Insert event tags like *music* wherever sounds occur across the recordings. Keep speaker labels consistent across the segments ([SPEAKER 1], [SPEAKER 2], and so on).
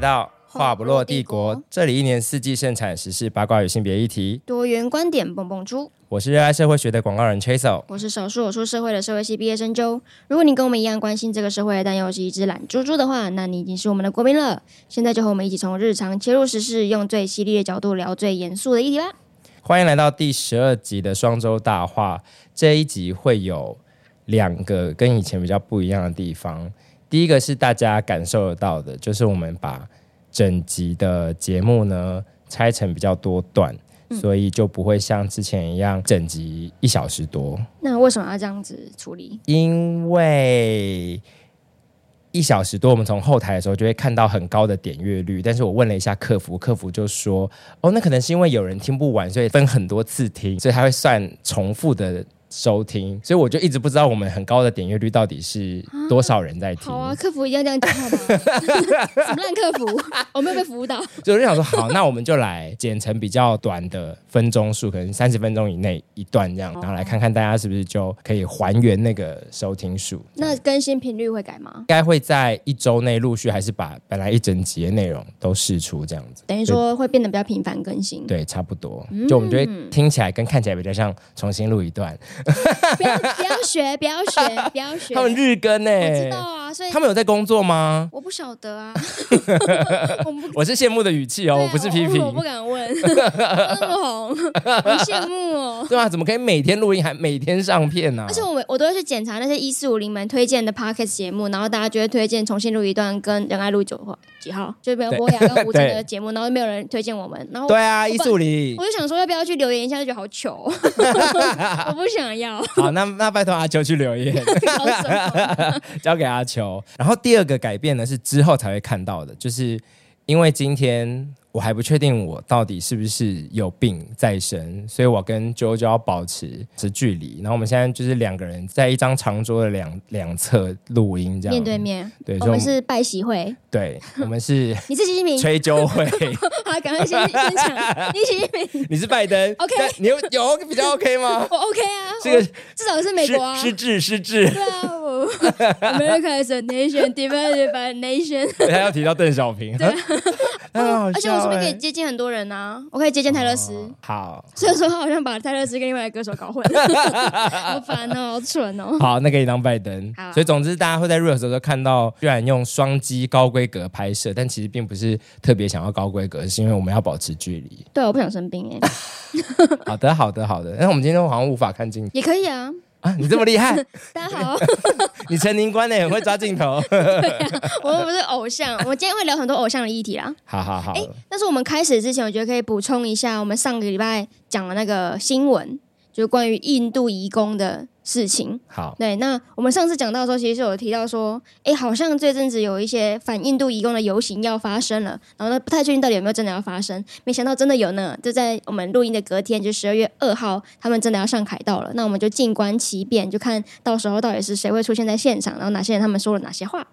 [SPEAKER 1] 到话
[SPEAKER 2] 话
[SPEAKER 1] 不
[SPEAKER 2] 不
[SPEAKER 1] 落
[SPEAKER 2] 落
[SPEAKER 1] 帝
[SPEAKER 2] 帝
[SPEAKER 1] 国
[SPEAKER 2] 国，
[SPEAKER 1] 这里一年四季盛产时事八卦与性别议题。
[SPEAKER 2] 多元观点蹦蹦猪，
[SPEAKER 1] 我是热爱社会学的广告人 Chaseo。
[SPEAKER 2] 我是少数我出社会的社会系毕业生周。如果你跟我们一样关心这个社会，但又是一只懒猪猪的话，那你已经是我们的国民了。现在就和我们一起从日常切入时事，用最犀利的角度聊最严肃的议题吧。
[SPEAKER 1] 欢迎来到第十二集的双周大话。这一集会有两个跟以前比较不一样的地方。第一个是大家感受得到的，就是我们把整集的节目呢拆成比较多段，所以就不会像之前一样整集一小时多。
[SPEAKER 2] 那为什么要这样子处理？
[SPEAKER 1] 因为一小时多，我们从后台的时候就会看到很高的点阅率，但是我问了一下客服，客服就说，哦，那可能是因为有人听不完，所以分很多次听，所以他会算重复的。收听，所以我就一直不知道我们很高的点阅率到底是多少人在听，
[SPEAKER 2] 好啊，客服一定要这样讲话吗？ *laughs* 什么烂客服？我没有被服务到。
[SPEAKER 1] 所以我就想说，好，那我们就来剪成比较短的分钟数，可能三十分钟以内一段这样，然后来看看大家是不是就可以还原那个收听数。
[SPEAKER 2] 那更新频率会改吗
[SPEAKER 1] 应？该会在一周内陆续，还是把本来一整集的内容都试出这样子。
[SPEAKER 2] 等于说会变得比较频繁更新。
[SPEAKER 1] 对，差不多，就我们就会听起来跟看起来比较像重新录一段。
[SPEAKER 2] 嗯不要不要学，不要学，不要 *laughs* 学。
[SPEAKER 1] 他们日更呢、
[SPEAKER 2] 我知道啊，所以
[SPEAKER 1] 他们有在工作吗？
[SPEAKER 2] 我不晓得 *laughs* 啊，我们不。
[SPEAKER 1] 我是羡慕的语气哦，我不是批评
[SPEAKER 2] 啊我。不敢问。 *laughs* 那么红，很羡慕哦。
[SPEAKER 1] *laughs* 对啊，怎么可以每天录音还每天上片啊呢、
[SPEAKER 2] 而且我们我都会去检查那些一四五零们推荐的 podcast 节目，然后大家就会推荐重新录一段跟仁爱路九号几号，就没有博雅
[SPEAKER 1] *laughs*
[SPEAKER 2] 跟吴真的节目，然后没有人推荐我们，然后
[SPEAKER 1] 对啊，一四五零
[SPEAKER 2] 我。就想说要不要去留言一下，就觉得好糗 *laughs* 哦，我不想要，
[SPEAKER 1] 好，那那拜托阿秋去留言，
[SPEAKER 2] 搞什么？
[SPEAKER 1] 交给阿秋。然后第二个改变呢，是之后才会看到的，就是因为今天我还不确定我到底是不是有病在身，所以我跟啾啾要保持是距离。然后我们现在就是两个人在一张长桌的两两侧录 *laughs* 音，这样
[SPEAKER 2] 面对面，
[SPEAKER 1] 对，
[SPEAKER 2] 我
[SPEAKER 1] 所以
[SPEAKER 2] 们是拜喜会，
[SPEAKER 1] 对，我们是
[SPEAKER 2] 你是习近平，
[SPEAKER 1] 吹啾会，
[SPEAKER 2] 好，赶快先先抢，你是习近平，
[SPEAKER 1] 你是拜
[SPEAKER 2] *laughs*
[SPEAKER 1] 登
[SPEAKER 2] OK
[SPEAKER 1] 但你有有比较 OK
[SPEAKER 2] *laughs*
[SPEAKER 1] 吗？
[SPEAKER 2] 我 OK 啊，
[SPEAKER 1] 这个
[SPEAKER 2] 至少是美国啊，
[SPEAKER 1] 失失智失智， *laughs*
[SPEAKER 2] 对啊，我 America is a nation divided by nation。
[SPEAKER 1] 他要提到邓小平， *laughs* 啊对，
[SPEAKER 2] 而且我是不是可以接近很多人啊？我可以接近泰勒斯，
[SPEAKER 1] 欸好。
[SPEAKER 2] 所以说他好像把泰勒斯跟另外一个歌手搞混，好烦哦，好蠢哦。 *laughs*
[SPEAKER 1] 好，那可以当拜登。
[SPEAKER 2] 好
[SPEAKER 1] 所以总之，大家会在 real 的时候都看到，居然用双机高规格拍摄，但其实并不是特别想要高规格，是因为我们要保持距
[SPEAKER 2] *laughs*
[SPEAKER 1] 离。
[SPEAKER 2] 对，我不想生病哎，
[SPEAKER 1] 好的，好的，好的。但是我们今天好像无法看镜头
[SPEAKER 2] 也可以啊。
[SPEAKER 1] 啊！你这么厉害，
[SPEAKER 2] 大家好，
[SPEAKER 1] 你陈宁官呢很会抓镜头。
[SPEAKER 2] 我们不是偶像，我们今天会聊很多偶像的议题啦。
[SPEAKER 1] 好好好，
[SPEAKER 2] 但是我们开始之前，我觉得可以补充一下，我们上个礼拜讲的那个新闻，就是关于印度移工的事情。
[SPEAKER 1] 好，
[SPEAKER 2] 对，那我们上次讲到的时候，其实有提到说，哎，好像这阵子有一些反印度移工的游行要发生了，然后呢，不太确定到底有没有真的要发生，没想到真的有呢，就在我们录音的隔天，就十二月二号，他们真的要上凯道了，那我们就静观其变，就看到时候到底是谁会出现在现场，然后哪些人他们说了哪些话。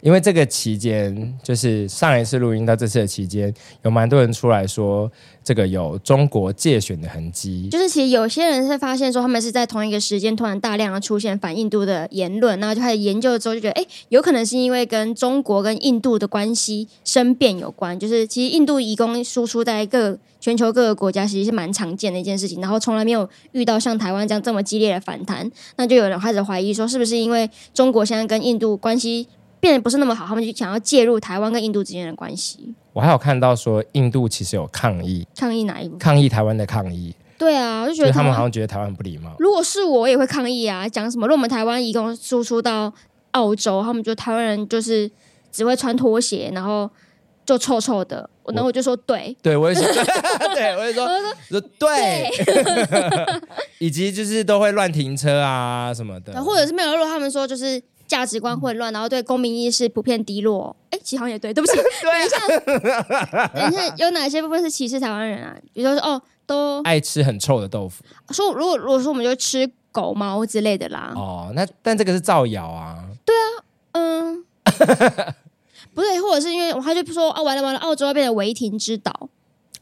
[SPEAKER 1] 因为这个期间，就是上一次录音到这次的期间，有蛮多人出来说，这个有中国借选的痕迹。
[SPEAKER 2] 就是其实有些人是发现说，他们是在同一个时间突然大量的出现反印度的言论，然后就开始研究之后就觉得，哎，有可能是因为跟中国跟印度的关系生变有关。就是其实印度移工输出在各全球各个国家其实是蛮常见的一件事情，然后从来没有遇到像台湾这样这么激烈的反弹，那就有人开始怀疑说，是不是因为中国现在跟印度关系变得不是那么好，他们就想要介入台湾跟印度之间的关系，
[SPEAKER 1] 我还有看到说，印度其实有抗议，
[SPEAKER 2] 抗议哪一部分？
[SPEAKER 1] 抗议台湾的抗议，
[SPEAKER 2] 对啊，我就
[SPEAKER 1] 就
[SPEAKER 2] 觉
[SPEAKER 1] 是
[SPEAKER 2] 得
[SPEAKER 1] 他们
[SPEAKER 2] 台湾
[SPEAKER 1] 好像觉得台湾不礼貌。
[SPEAKER 2] 如果是我，我也会抗议啊！讲什么？如果我们台湾移工输出到澳洲，他们就台湾人就是只会穿拖鞋，然后就臭臭的。
[SPEAKER 1] 我
[SPEAKER 2] 然后我就说对，
[SPEAKER 1] 对，我也说， *laughs* 对，我也说，说对， *laughs* 以及就是都会乱停车啊什么的
[SPEAKER 2] 然。后或者是没有。如果他们说就是价值观混乱，然后对公民意识普遍低落，哎，其实好像也对，
[SPEAKER 1] *laughs*
[SPEAKER 2] 对不起。等
[SPEAKER 1] 啊
[SPEAKER 2] 一下，等一下，有哪些部分是歧视台湾人啊？比如说是哦，都
[SPEAKER 1] 爱吃很臭的豆腐
[SPEAKER 2] 说如果如果说我们就吃狗猫之类的啦，
[SPEAKER 1] 哦，那但这个是造谣啊， *laughs*
[SPEAKER 2] 嗯，不对，或者是因为他就说哦，完了完了，澳洲要变成违停之岛，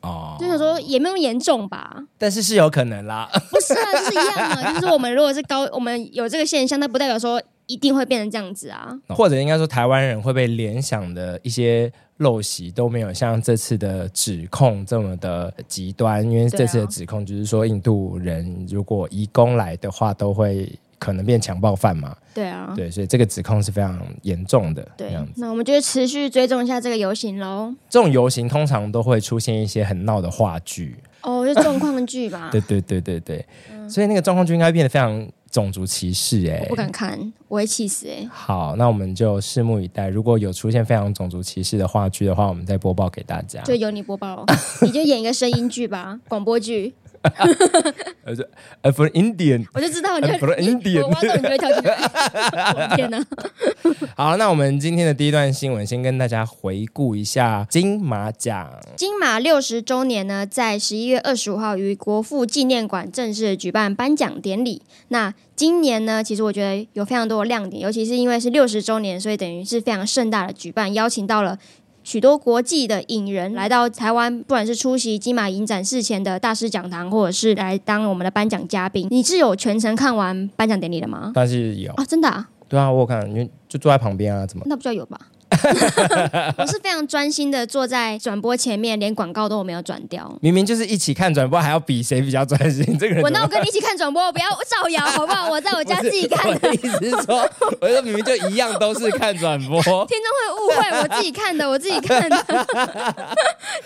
[SPEAKER 1] 哦
[SPEAKER 2] 就，想说也没有严重吧？
[SPEAKER 1] 但是是有可能啦， *laughs*
[SPEAKER 2] 啊不是啊，就是一样嘛，就是我们如果是高，我们有这个现象，那不代表说一定会变成这样子啊。
[SPEAKER 1] 或者应该说台湾人会被联想的一些陋习都没有像这次的指控这么的极端，因为
[SPEAKER 2] 对啊
[SPEAKER 1] 这次的指控就是说印度人如果移工来的话，都会可能变强暴犯嘛，
[SPEAKER 2] 对啊，
[SPEAKER 1] 对，所以这个指控是非常严重的。这
[SPEAKER 2] 对
[SPEAKER 1] 样，
[SPEAKER 2] 那我们就会持续追踪一下这个游行喽。
[SPEAKER 1] 这种游行通常都会出现一些很闹的话剧，，
[SPEAKER 2] 哦，就状况剧吧
[SPEAKER 1] 对对对对对，所以那个状况就应该变得非常种族歧视、欸，
[SPEAKER 2] 嗯我不敢看，我会气死哎、
[SPEAKER 1] 好，那我们就拭目以待。如果有出现非常种族歧视的话剧的话，我们再播报给大家。
[SPEAKER 2] 就由你播报，你就演一个声音剧吧，广播剧，
[SPEAKER 1] 呃，不是
[SPEAKER 2] *laughs*
[SPEAKER 1] Indian。
[SPEAKER 2] 我就知道你会，
[SPEAKER 1] 不是
[SPEAKER 2] 你
[SPEAKER 1] Indian
[SPEAKER 2] 我挖到你就会跳
[SPEAKER 1] *laughs*
[SPEAKER 2] 进去。我的天哪！
[SPEAKER 1] 好，那我们今天的第一段新闻，先跟大家回顾一下金马奖。
[SPEAKER 2] 金马六十周年呢，在十一月二十五号于国父纪念馆正式举办颁奖典礼。那今年呢，其实我觉得有非常多的亮点，尤其是因为是六十周年，所以等于是非常盛大的举办，邀请到了。许多国际的影人来到台湾，不管是出席金马影展事前的大师讲堂，或者是来当我们的颁奖嘉宾。你是有全程看完颁奖典礼的 *laughs* 吗？
[SPEAKER 1] 但是有，
[SPEAKER 2] 啊，真的、啊，
[SPEAKER 1] 对啊，我有看，因为就坐在旁边啊，怎么？
[SPEAKER 2] 那不叫有 *laughs* 吧？我是非常专心的坐在转播前面，连广告都没有转掉。
[SPEAKER 1] 明明就是一起看转播，还要比谁比较专心。这个人
[SPEAKER 2] 我
[SPEAKER 1] 怎
[SPEAKER 2] 那我
[SPEAKER 1] 么
[SPEAKER 2] 跟你一起看转播，我不要造
[SPEAKER 1] *laughs*
[SPEAKER 2] 谣好不好？我在我家自己看
[SPEAKER 1] 我
[SPEAKER 2] 的，
[SPEAKER 1] 的意思是说，我说明明就一样都是看转
[SPEAKER 2] *laughs*
[SPEAKER 1] 播，我
[SPEAKER 2] 听众会误会我自己看的，我自己
[SPEAKER 1] *laughs*
[SPEAKER 2] 看的，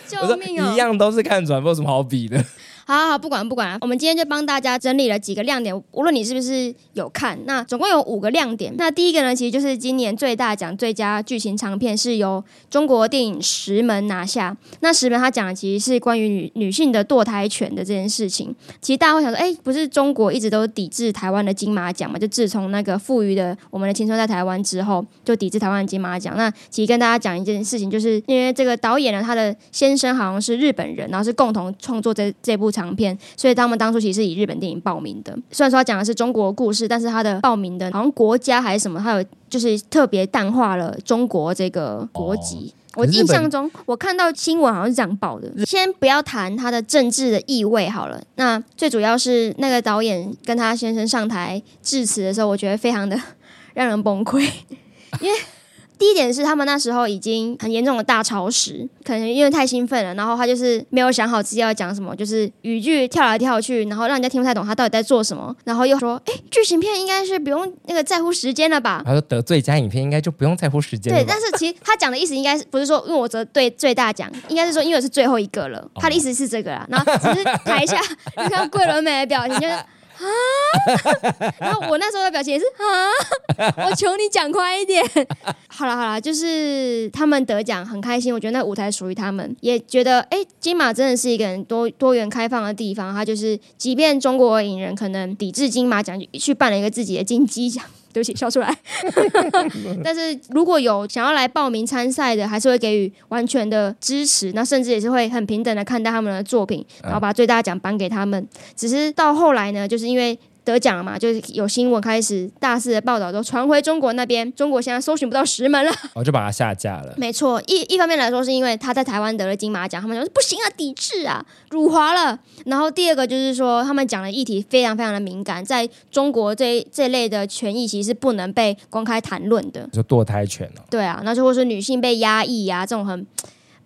[SPEAKER 2] 救
[SPEAKER 1] 说
[SPEAKER 2] 命
[SPEAKER 1] 一
[SPEAKER 2] 哦！
[SPEAKER 1] 样都是看转播，有什么好比的？
[SPEAKER 2] 好好好，不管不管，我们今天就帮大家整理了几个亮点，无论你是不是有看，那总共有五个亮点。那第一个呢，其实就是今年最大奖最佳剧情长片是由中国电影《石门》拿下。那《石门》它讲的其实是关于女女性的堕胎权的这件事情。其实大家会想说，哎、不是中国一直都抵制台湾的金马奖嘛？就自从那个富裕的我们的青春在台湾之后，就抵制台湾的金马奖。那其实跟大家讲一件事情，就是因为这个导演呢，他的先生好像是日本人，然后是共同创作这这部长片，所以他们当初其实是以日本电影报名的。虽然说他讲的是中国故事，但是他的报名的好像国家还是什么，他有就是特别淡化了中国这个国籍。我
[SPEAKER 1] 哦日本
[SPEAKER 2] 印象中，我看到新闻好像是这样报的。先不要谈他的政治的意味好了，那最主要是那个导演跟他先生上台致辞的时候，我觉得非常的 *laughs* 让人崩溃，因为。第一点是他们那时候已经很严重的大潮湿，可能因为太兴奋了，然后他就是没有想好自己要讲什么，就是语句跳来跳去，然后让人家听不太懂他到底在做什么，然后又说，哎、剧情片应该是不用那个在乎时间了吧？
[SPEAKER 1] 他说得最佳影片应该就不用在乎时间了
[SPEAKER 2] 啊对，
[SPEAKER 1] 吧
[SPEAKER 2] 但？是其实他讲的意思应该是不是说，因为我得对最大奖，应该是说因为我是最后一个了，
[SPEAKER 1] 哦
[SPEAKER 2] 他的意思是这个啦。然后只是
[SPEAKER 1] *laughs*
[SPEAKER 2] 台下你看桂纶镁的表情就是啊，然后我那时候的表情也是啊，我求你讲快一点。 *laughs* 好了好了，就是他们得奖很开心，我觉得那舞台属于他们，也觉得哎、金马真的是一个很多多元开放的地方。它就是，即便中国影人可能抵制金马奖，去办了一个自己的金鸡奖， *laughs* 对不起，笑出来。但是如果有想要来报名参赛的，还是会给予完全的支持，那甚至也是会很平等的看待他们的作品，然后把最大奖颁给他们。只是到后来呢，就是因为。得奖了嘛，就是有新闻开始大肆的报道，都传回中国那边。中国现在搜寻不到石门了。
[SPEAKER 1] 哦我就把它下架了。
[SPEAKER 2] 没错，一一方面来说是因为他在台湾得了金马奖，他们就说不行啊，抵制啊，辱华了。然后第二个就是说，他们讲的议题非常非常的敏感，在中国这这类的权益其实是不能被公开谈论的。
[SPEAKER 1] 你说堕胎权哦、
[SPEAKER 2] 对啊，那就或者说女性被压抑啊，这种很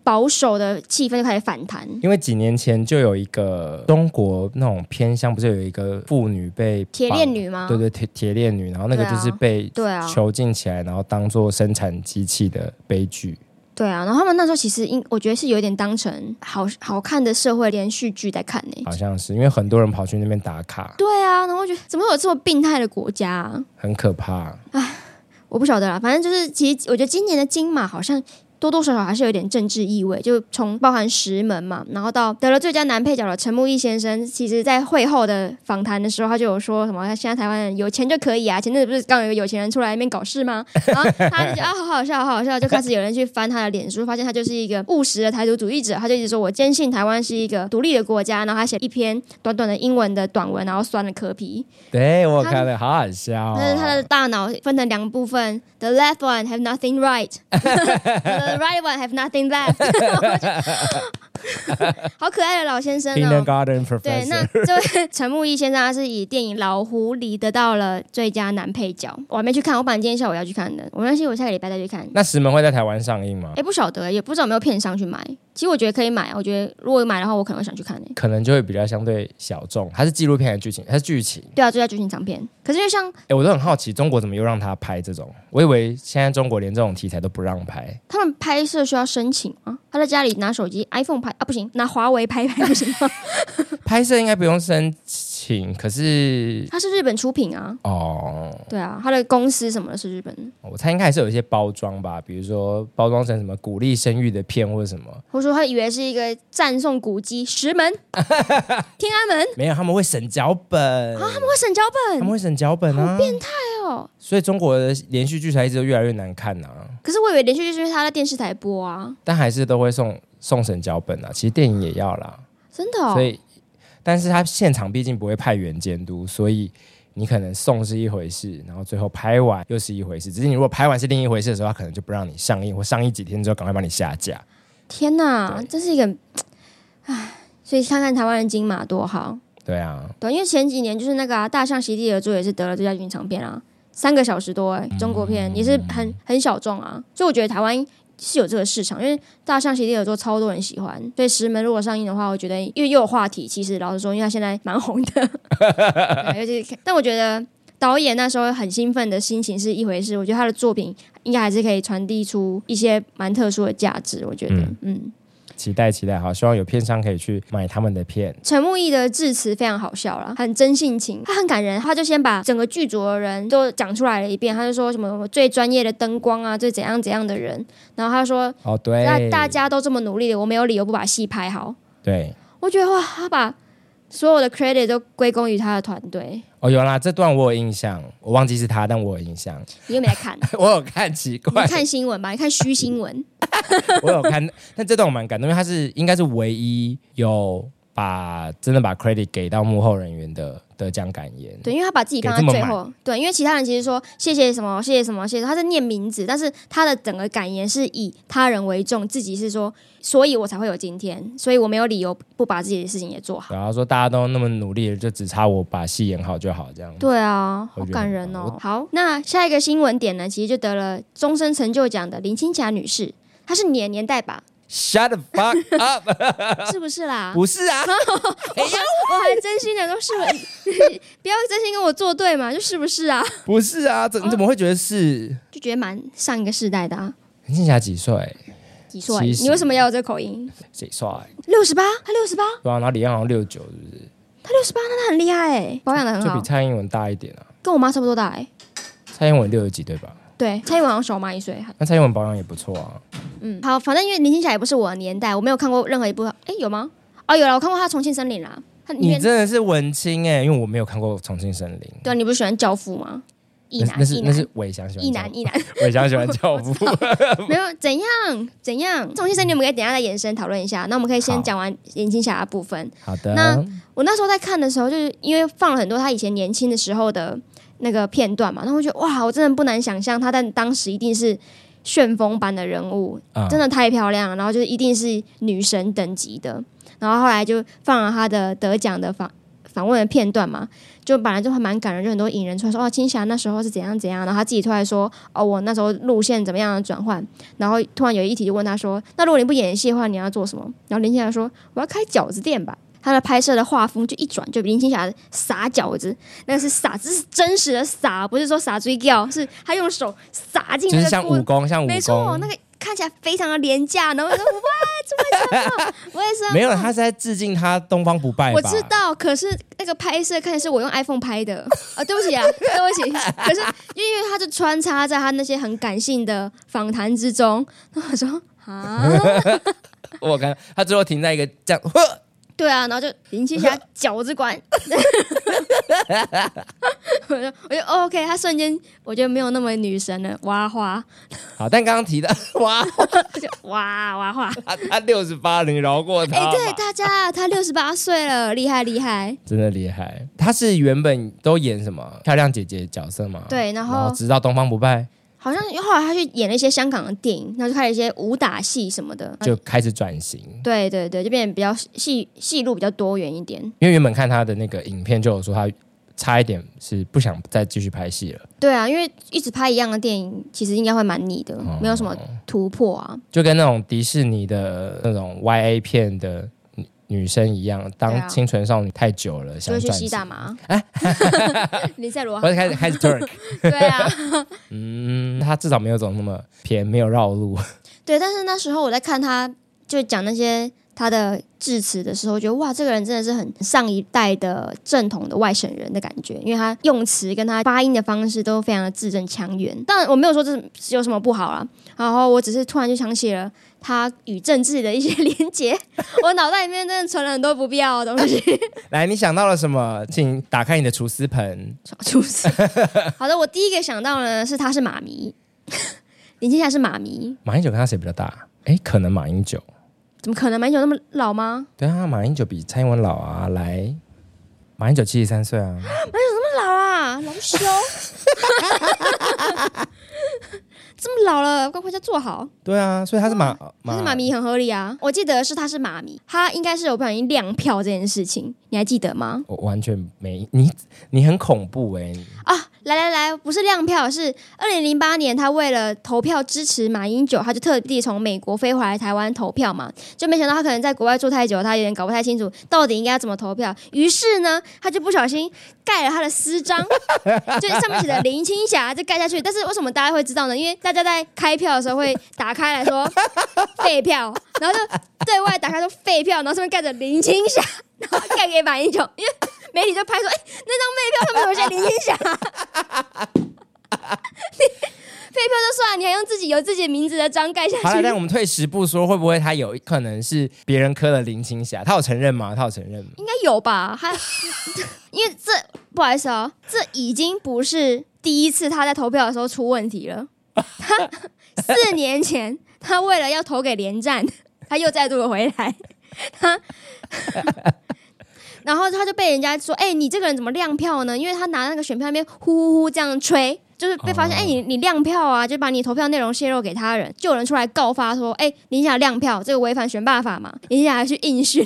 [SPEAKER 2] 保守的气氛就开始反弹。
[SPEAKER 1] 因为几年前就有一个中国那种偏乡，不是有一个妇女被绑
[SPEAKER 2] 铁链，女吗？
[SPEAKER 1] 对对，铁铁链女，然后那个
[SPEAKER 2] 对啊
[SPEAKER 1] 就是被
[SPEAKER 2] 对啊，
[SPEAKER 1] 囚禁起来，然后当做生产机器的悲剧。
[SPEAKER 2] 对啊。然后他们那时候其实应，我觉得是有点当成好好看的社会连续剧在看呢、
[SPEAKER 1] 好像是因为很多人跑去那边打卡，
[SPEAKER 2] 对啊，然后我觉得怎么会有这么病态的国家、啊？
[SPEAKER 1] 很可怕。
[SPEAKER 2] 我不晓得啦，反正就是，其实我觉得今年的金马好像多多少少还是有点政治意味，就从包含石门嘛，然后到得了最佳男配角的陈木易先生，其实在会后的访谈的时候，他就有说什么，他现在台湾人有钱就可以啊，前阵子不是刚有一个有钱人出来那边搞事吗？然后他就觉得啊，好好笑，好好笑，就开始有人去翻他的脸书，发现他就是一个务实的台独主义者，他就一直说我坚信台湾是一个独立的国家，然后他写一篇短短的英文的短文，然后酸了柯皮。
[SPEAKER 1] 对我看了，好好笑、
[SPEAKER 2] 但是他的
[SPEAKER 1] 哦。
[SPEAKER 2] 大脑分成两部分，the left one have nothing right，the right one have nothing left 。 *laughs* 好可爱的老先生哦。
[SPEAKER 1] Kindergarten
[SPEAKER 2] 对，那
[SPEAKER 1] Professor，
[SPEAKER 2] 这位陈木易先生，他啊是以电影《老狐狸》得到了最佳男配角。我还没去看，我本来今天下午要去看的，我没关系，我下个礼拜再去看。
[SPEAKER 1] 那石门会在台湾上映吗
[SPEAKER 2] 哎、？不晓得、也不知道有没有片商去买。其实我觉得可以买，我觉得如果有买的话，我可能会想去看诶、
[SPEAKER 1] 可能就会比较相对小众，它是纪录片还是剧情？它是剧情。
[SPEAKER 2] 对啊，最佳剧情长片。可是就像
[SPEAKER 1] 哎、我都很好奇，中国怎么又让他拍这种？我以为现在中国连这种题材都不让拍。
[SPEAKER 2] 他们拍摄需要申请啊，他在家里拿手机 iPhone 拍啊，不行，拿华为 *laughs* 拍拍不行吗？
[SPEAKER 1] 拍摄应该不用申请，可是
[SPEAKER 2] 他是日本出品啊，
[SPEAKER 1] 哦，
[SPEAKER 2] 对啊，他的公司什么的是日本的，
[SPEAKER 1] 我猜应该还是有一些包装吧，比如说包装成什么鼓励生育的片或者什么，
[SPEAKER 2] 或者说他以为是一个赞颂古迹
[SPEAKER 1] *laughs*
[SPEAKER 2] 石门、天安门，
[SPEAKER 1] 没有，他们会审脚本
[SPEAKER 2] 啊，他们会审脚
[SPEAKER 1] 他
[SPEAKER 2] 本
[SPEAKER 1] 们会审脚本啊，变态
[SPEAKER 2] 哦！
[SPEAKER 1] 所以中国的连续剧才一直都越来越难看呐、啊，
[SPEAKER 2] 可是我以为连续剧是因为他在电视台播啊，
[SPEAKER 1] 但还是都会送送审脚本啊。其实电影也要啦，
[SPEAKER 2] 真的哦
[SPEAKER 1] 所。以，但是他现场毕竟不会派员监督，所以你可能送是一回事，然后最后拍完又是一回事。只是你如果拍完是另一回事的时候，他可能就不让你上映，或上映几天之后赶快把你下架。
[SPEAKER 2] 嗯天哪，
[SPEAKER 1] 对
[SPEAKER 2] 这是一个，唉，所以看看台湾人金马多好。
[SPEAKER 1] 对啊，
[SPEAKER 2] 对，因为前几年就是那个、啊《大象席地而坐》也是得了最佳剧情长片啊，三个小时多、欸，中国片也是很很小众啊，所以我觉得台湾是有这个市场，因为《大象席地而坐》超多人喜欢，所以《石门》如果上映的话，我觉得因为又有话题，其实老实说，因为它现在蛮红的，对尤其是但我觉得。导演那时候很兴奋的心情是一回事，我觉得他的作品应该还是可以传递出一些蛮特殊的价值。我觉得，
[SPEAKER 1] 嗯
[SPEAKER 2] 嗯
[SPEAKER 1] 期待期待，好，希望有片商可以去买他们的片。
[SPEAKER 2] 陈木易的致辞非常好笑啦，很真性情，他很感人，他就先把整个剧组的人都讲出来了一遍，他就说什么最专业的灯光啊，最怎样怎样的人，然后他说
[SPEAKER 1] 哦，对，
[SPEAKER 2] 那大家都这么努力了，我没有理由不把戏拍好。
[SPEAKER 1] 对。
[SPEAKER 2] 我觉得哇，他把所有的 credit 都归功于他的团队，
[SPEAKER 1] 哦，有啦，这段我有印象，我忘记是他，但我有印象， *laughs*
[SPEAKER 2] 你又没来看，
[SPEAKER 1] 我有看，奇
[SPEAKER 2] 你
[SPEAKER 1] 怪，
[SPEAKER 2] 看新闻吧，你看虚新闻，
[SPEAKER 1] 我有看，但这段我蛮感动，因为他是应该是唯一有把真的把 credit 给到幕后人员的得奖感言。
[SPEAKER 2] 对，因为他把自己放
[SPEAKER 1] 给
[SPEAKER 2] 在
[SPEAKER 1] 这么
[SPEAKER 2] 最后，对，因为其他人其实说谢谢什么，谢谢什么，谢谢什么，他在念名字，但是他的整个感言是以他人为重，自己是说，所以我才会有今天，所以我没有理由不把自己的事情也做好。
[SPEAKER 1] 然后说大家都那么努力了，就只差我把戏演好就好，这样。
[SPEAKER 2] 对啊，
[SPEAKER 1] 我觉
[SPEAKER 2] 好
[SPEAKER 1] 得
[SPEAKER 2] 感
[SPEAKER 1] 很
[SPEAKER 2] 人
[SPEAKER 1] 棒
[SPEAKER 2] 哦。好，那下一个新闻点呢，其实就得了终身成就奖的林青霞女士，她是你的年代吧？
[SPEAKER 1] Shut the
[SPEAKER 2] *laughs*
[SPEAKER 1] fuck up！
[SPEAKER 2] 是不是啦？
[SPEAKER 1] 不是啊，
[SPEAKER 2] 我还真心的都是 *laughs* 我，不要真心跟我作对嘛，就是不是啊？
[SPEAKER 1] 不是啊，怎你怎么会觉得是？
[SPEAKER 2] 就觉得蛮上一个世代的啊，
[SPEAKER 1] 林青霞几岁？
[SPEAKER 2] 几岁？
[SPEAKER 1] 70
[SPEAKER 2] 你为什么要有这口音？
[SPEAKER 1] 几岁？
[SPEAKER 2] 六十八，他六十八，
[SPEAKER 1] 对啊，然后李安好像六九，是不
[SPEAKER 2] 他六十八，那他很厉害哎、保养的很
[SPEAKER 1] 是？就
[SPEAKER 2] 好
[SPEAKER 1] 比，蔡英文大一点啊。
[SPEAKER 2] 跟我妈差不多大哎、
[SPEAKER 1] 蔡英文六十几对吧？
[SPEAKER 2] 对，蔡英文好像小我妈一岁。
[SPEAKER 1] 那蔡英文保养也不错啊。
[SPEAKER 2] 嗯，好，反正因为林青霞也不是我的年代，我没有看过任何一部。哎，有吗？哦，有了，我看过她《重庆森林》啦。她里
[SPEAKER 1] 你
[SPEAKER 2] 面，
[SPEAKER 1] 真的是文青哎、因为我没有看过《重庆森林》
[SPEAKER 2] 对啊，你不是喜欢教父吗？一
[SPEAKER 1] 那，
[SPEAKER 2] 男
[SPEAKER 1] 那是
[SPEAKER 2] 一
[SPEAKER 1] 那
[SPEAKER 2] 男
[SPEAKER 1] 是伟翔喜欢
[SPEAKER 2] 一
[SPEAKER 1] 教
[SPEAKER 2] 男一男， *laughs*
[SPEAKER 1] 伟翔喜欢教父。
[SPEAKER 2] 没有怎样怎样。《重庆森林》我们可以等一下再延伸讨论一下。那我们可以
[SPEAKER 1] 好
[SPEAKER 2] 先讲完林青霞的部分。
[SPEAKER 1] 好的，
[SPEAKER 2] 那我那时候在看的时候，就是因为放了很多他以前年轻的时候的那个片段嘛，然后我觉得哇，我真的不难想象他在当时一定是旋风般的人物，
[SPEAKER 1] 嗯
[SPEAKER 2] 真的太漂亮了，然后就是一定是女神等级的。嗯然后后来就放了他的得奖的访访问的片段嘛，就本来就还蛮感人，就很多引人出来说哦，青霞那时候是怎样怎样，然后他自己突然说哦，我那时候路线怎么样的转换，然后突然有一题就问他说，哦那如果你不演戏的话，你要做什么？然后林青霞说我要开饺子店吧。他的拍摄的画风就一转，就林青霞撒饺子，那个是撒，这是真实的撒，不是说撒追掉，是他用手撒进
[SPEAKER 1] 就
[SPEAKER 2] 那
[SPEAKER 1] 是
[SPEAKER 2] 个
[SPEAKER 1] 像
[SPEAKER 2] 锅
[SPEAKER 1] 武功，像武
[SPEAKER 2] 没错，
[SPEAKER 1] 功
[SPEAKER 2] 那。个看起来非常的廉价，然后
[SPEAKER 1] *laughs*
[SPEAKER 2] 我就说哇，这么巧，我也是啊，
[SPEAKER 1] 没有，他是在致敬他东方不败吧？
[SPEAKER 2] 我知道，可是那个拍摄看起来是我用 iPhone 拍的啊，对不起啊，对不起， *laughs* 可是因为他就穿插在他那些很感性的访谈之中，然后我说啊，
[SPEAKER 1] 我看他最后停在一个这样，呵
[SPEAKER 2] 对啊，然后就林青霞饺子馆。 *laughs* 我就我就、哦 OK，他瞬间我觉得没有那么女神了，哇花
[SPEAKER 1] 好，但刚刚提到 *laughs* 哇，
[SPEAKER 2] 就哇哇花，
[SPEAKER 1] 他他六十八，你饶过他
[SPEAKER 2] 哎、
[SPEAKER 1] 吧？
[SPEAKER 2] 对大家，他六十八岁了，厉害厉害。
[SPEAKER 1] 真的厉害。他是原本都演什么漂亮姐姐角色嘛？
[SPEAKER 2] 对然后
[SPEAKER 1] 直到东方不败，
[SPEAKER 2] 好像后来他去演了一些香港的电影，然后就开始一些武打戏什么的。
[SPEAKER 1] 就开始转型。
[SPEAKER 2] 对对对，就变得比较戏戏路比较多元一点。
[SPEAKER 1] 因为原本看他的那个影片就有说他差一点是不想再继续拍戏了，
[SPEAKER 2] 对啊，因为一直拍一样的电影，其实应该会蛮腻的，
[SPEAKER 1] 哦
[SPEAKER 2] 没有什么突破啊。
[SPEAKER 1] 就跟那种迪士尼的那种 YA 片的女女生一样，
[SPEAKER 2] 对
[SPEAKER 1] 当
[SPEAKER 2] 啊
[SPEAKER 1] 清纯少女太久了，
[SPEAKER 2] 就
[SPEAKER 1] 想
[SPEAKER 2] 会去
[SPEAKER 1] 转
[SPEAKER 2] 吸
[SPEAKER 1] 型。*laughs*
[SPEAKER 2] 大麻，林赛罗啊
[SPEAKER 1] 我，就开始开始 turn，
[SPEAKER 2] 对啊，
[SPEAKER 1] *laughs* 嗯，他至少没有走那么偏，没有绕路。 *laughs*
[SPEAKER 2] 对。但是那时候我在看他，就讲那些他的致辞的时候，觉得哇，这个人真的是很上一代的正统的外省人的感觉，因为他用词跟他发音的方式都非常的字正腔圆。当然我没有说这有什么不好啦，然后我只是突然就想起了他与政治的一些 *laughs* 连结，我脑袋里面真的存了很多不必要的东西。 *laughs*
[SPEAKER 1] 来，你想到了什么？请打开你的厨师盆。
[SPEAKER 2] 厨师。好的，我第一个想到呢是他是妈 *laughs* 咪，林青霞是妈咪，
[SPEAKER 1] 马英九跟他谁比较大？哎，可能马英九。
[SPEAKER 2] 怎么可能马英九那么老吗？
[SPEAKER 1] 对啊，马英九比蔡英文老啊。来，马英九七十三岁啊。
[SPEAKER 2] 那么老啊，老羞，这么老了，快回家坐好。
[SPEAKER 1] 对啊，所以他是马
[SPEAKER 2] 哦他是妈咪很合理啊，我记得是他是妈咪，他应该是有不小心亮票这件事情，你还记得吗？
[SPEAKER 1] 我完全没你，你很恐怖哎、
[SPEAKER 2] 啊，来来来，不是亮票，是二零零八年，他为了投票支持马英九，他就特地从美国飞回来台湾投票嘛，就没想到他可能在国外住太久，他有点搞不太清楚到底应该要怎么投票，于是呢，他就不小心盖了他的私章， *laughs* 就上面写的林青霞就盖下去，但是为什么大家会知道呢？因为大家在开票的时候会打开
[SPEAKER 1] *laughs*
[SPEAKER 2] 来说废票，然后就对外打开说废票，然后上面盖着林青霞，然后盖给马英九，因为媒体就拍说，哎、那张废票上面有写林青霞。 *laughs* 废票就算，你还用自己有自己的名字的章盖下
[SPEAKER 1] *laughs* 好了，但
[SPEAKER 2] 去，
[SPEAKER 1] 我们退十步说，会不会他有可能是别人磕了林青霞？他有承认吗？他有承认吗？
[SPEAKER 2] 应该有吧？还因为这不好意思哦，这已经不是第一次他在投票的时候出问题了。他四年前，他为了要投给连战，他又再度的回来，他。然后他就被人家说：“哎、你这个人怎么亮票呢？”因为他拿那个选票那边呼呼呼这样吹，就是被发现：“
[SPEAKER 1] 哦
[SPEAKER 2] 哎、你你亮票啊！”就把你投票内容泄露给他人，就有人出来告发说：“哎、林你想亮票，这个违反选罢法嘛？”林想还去应讯，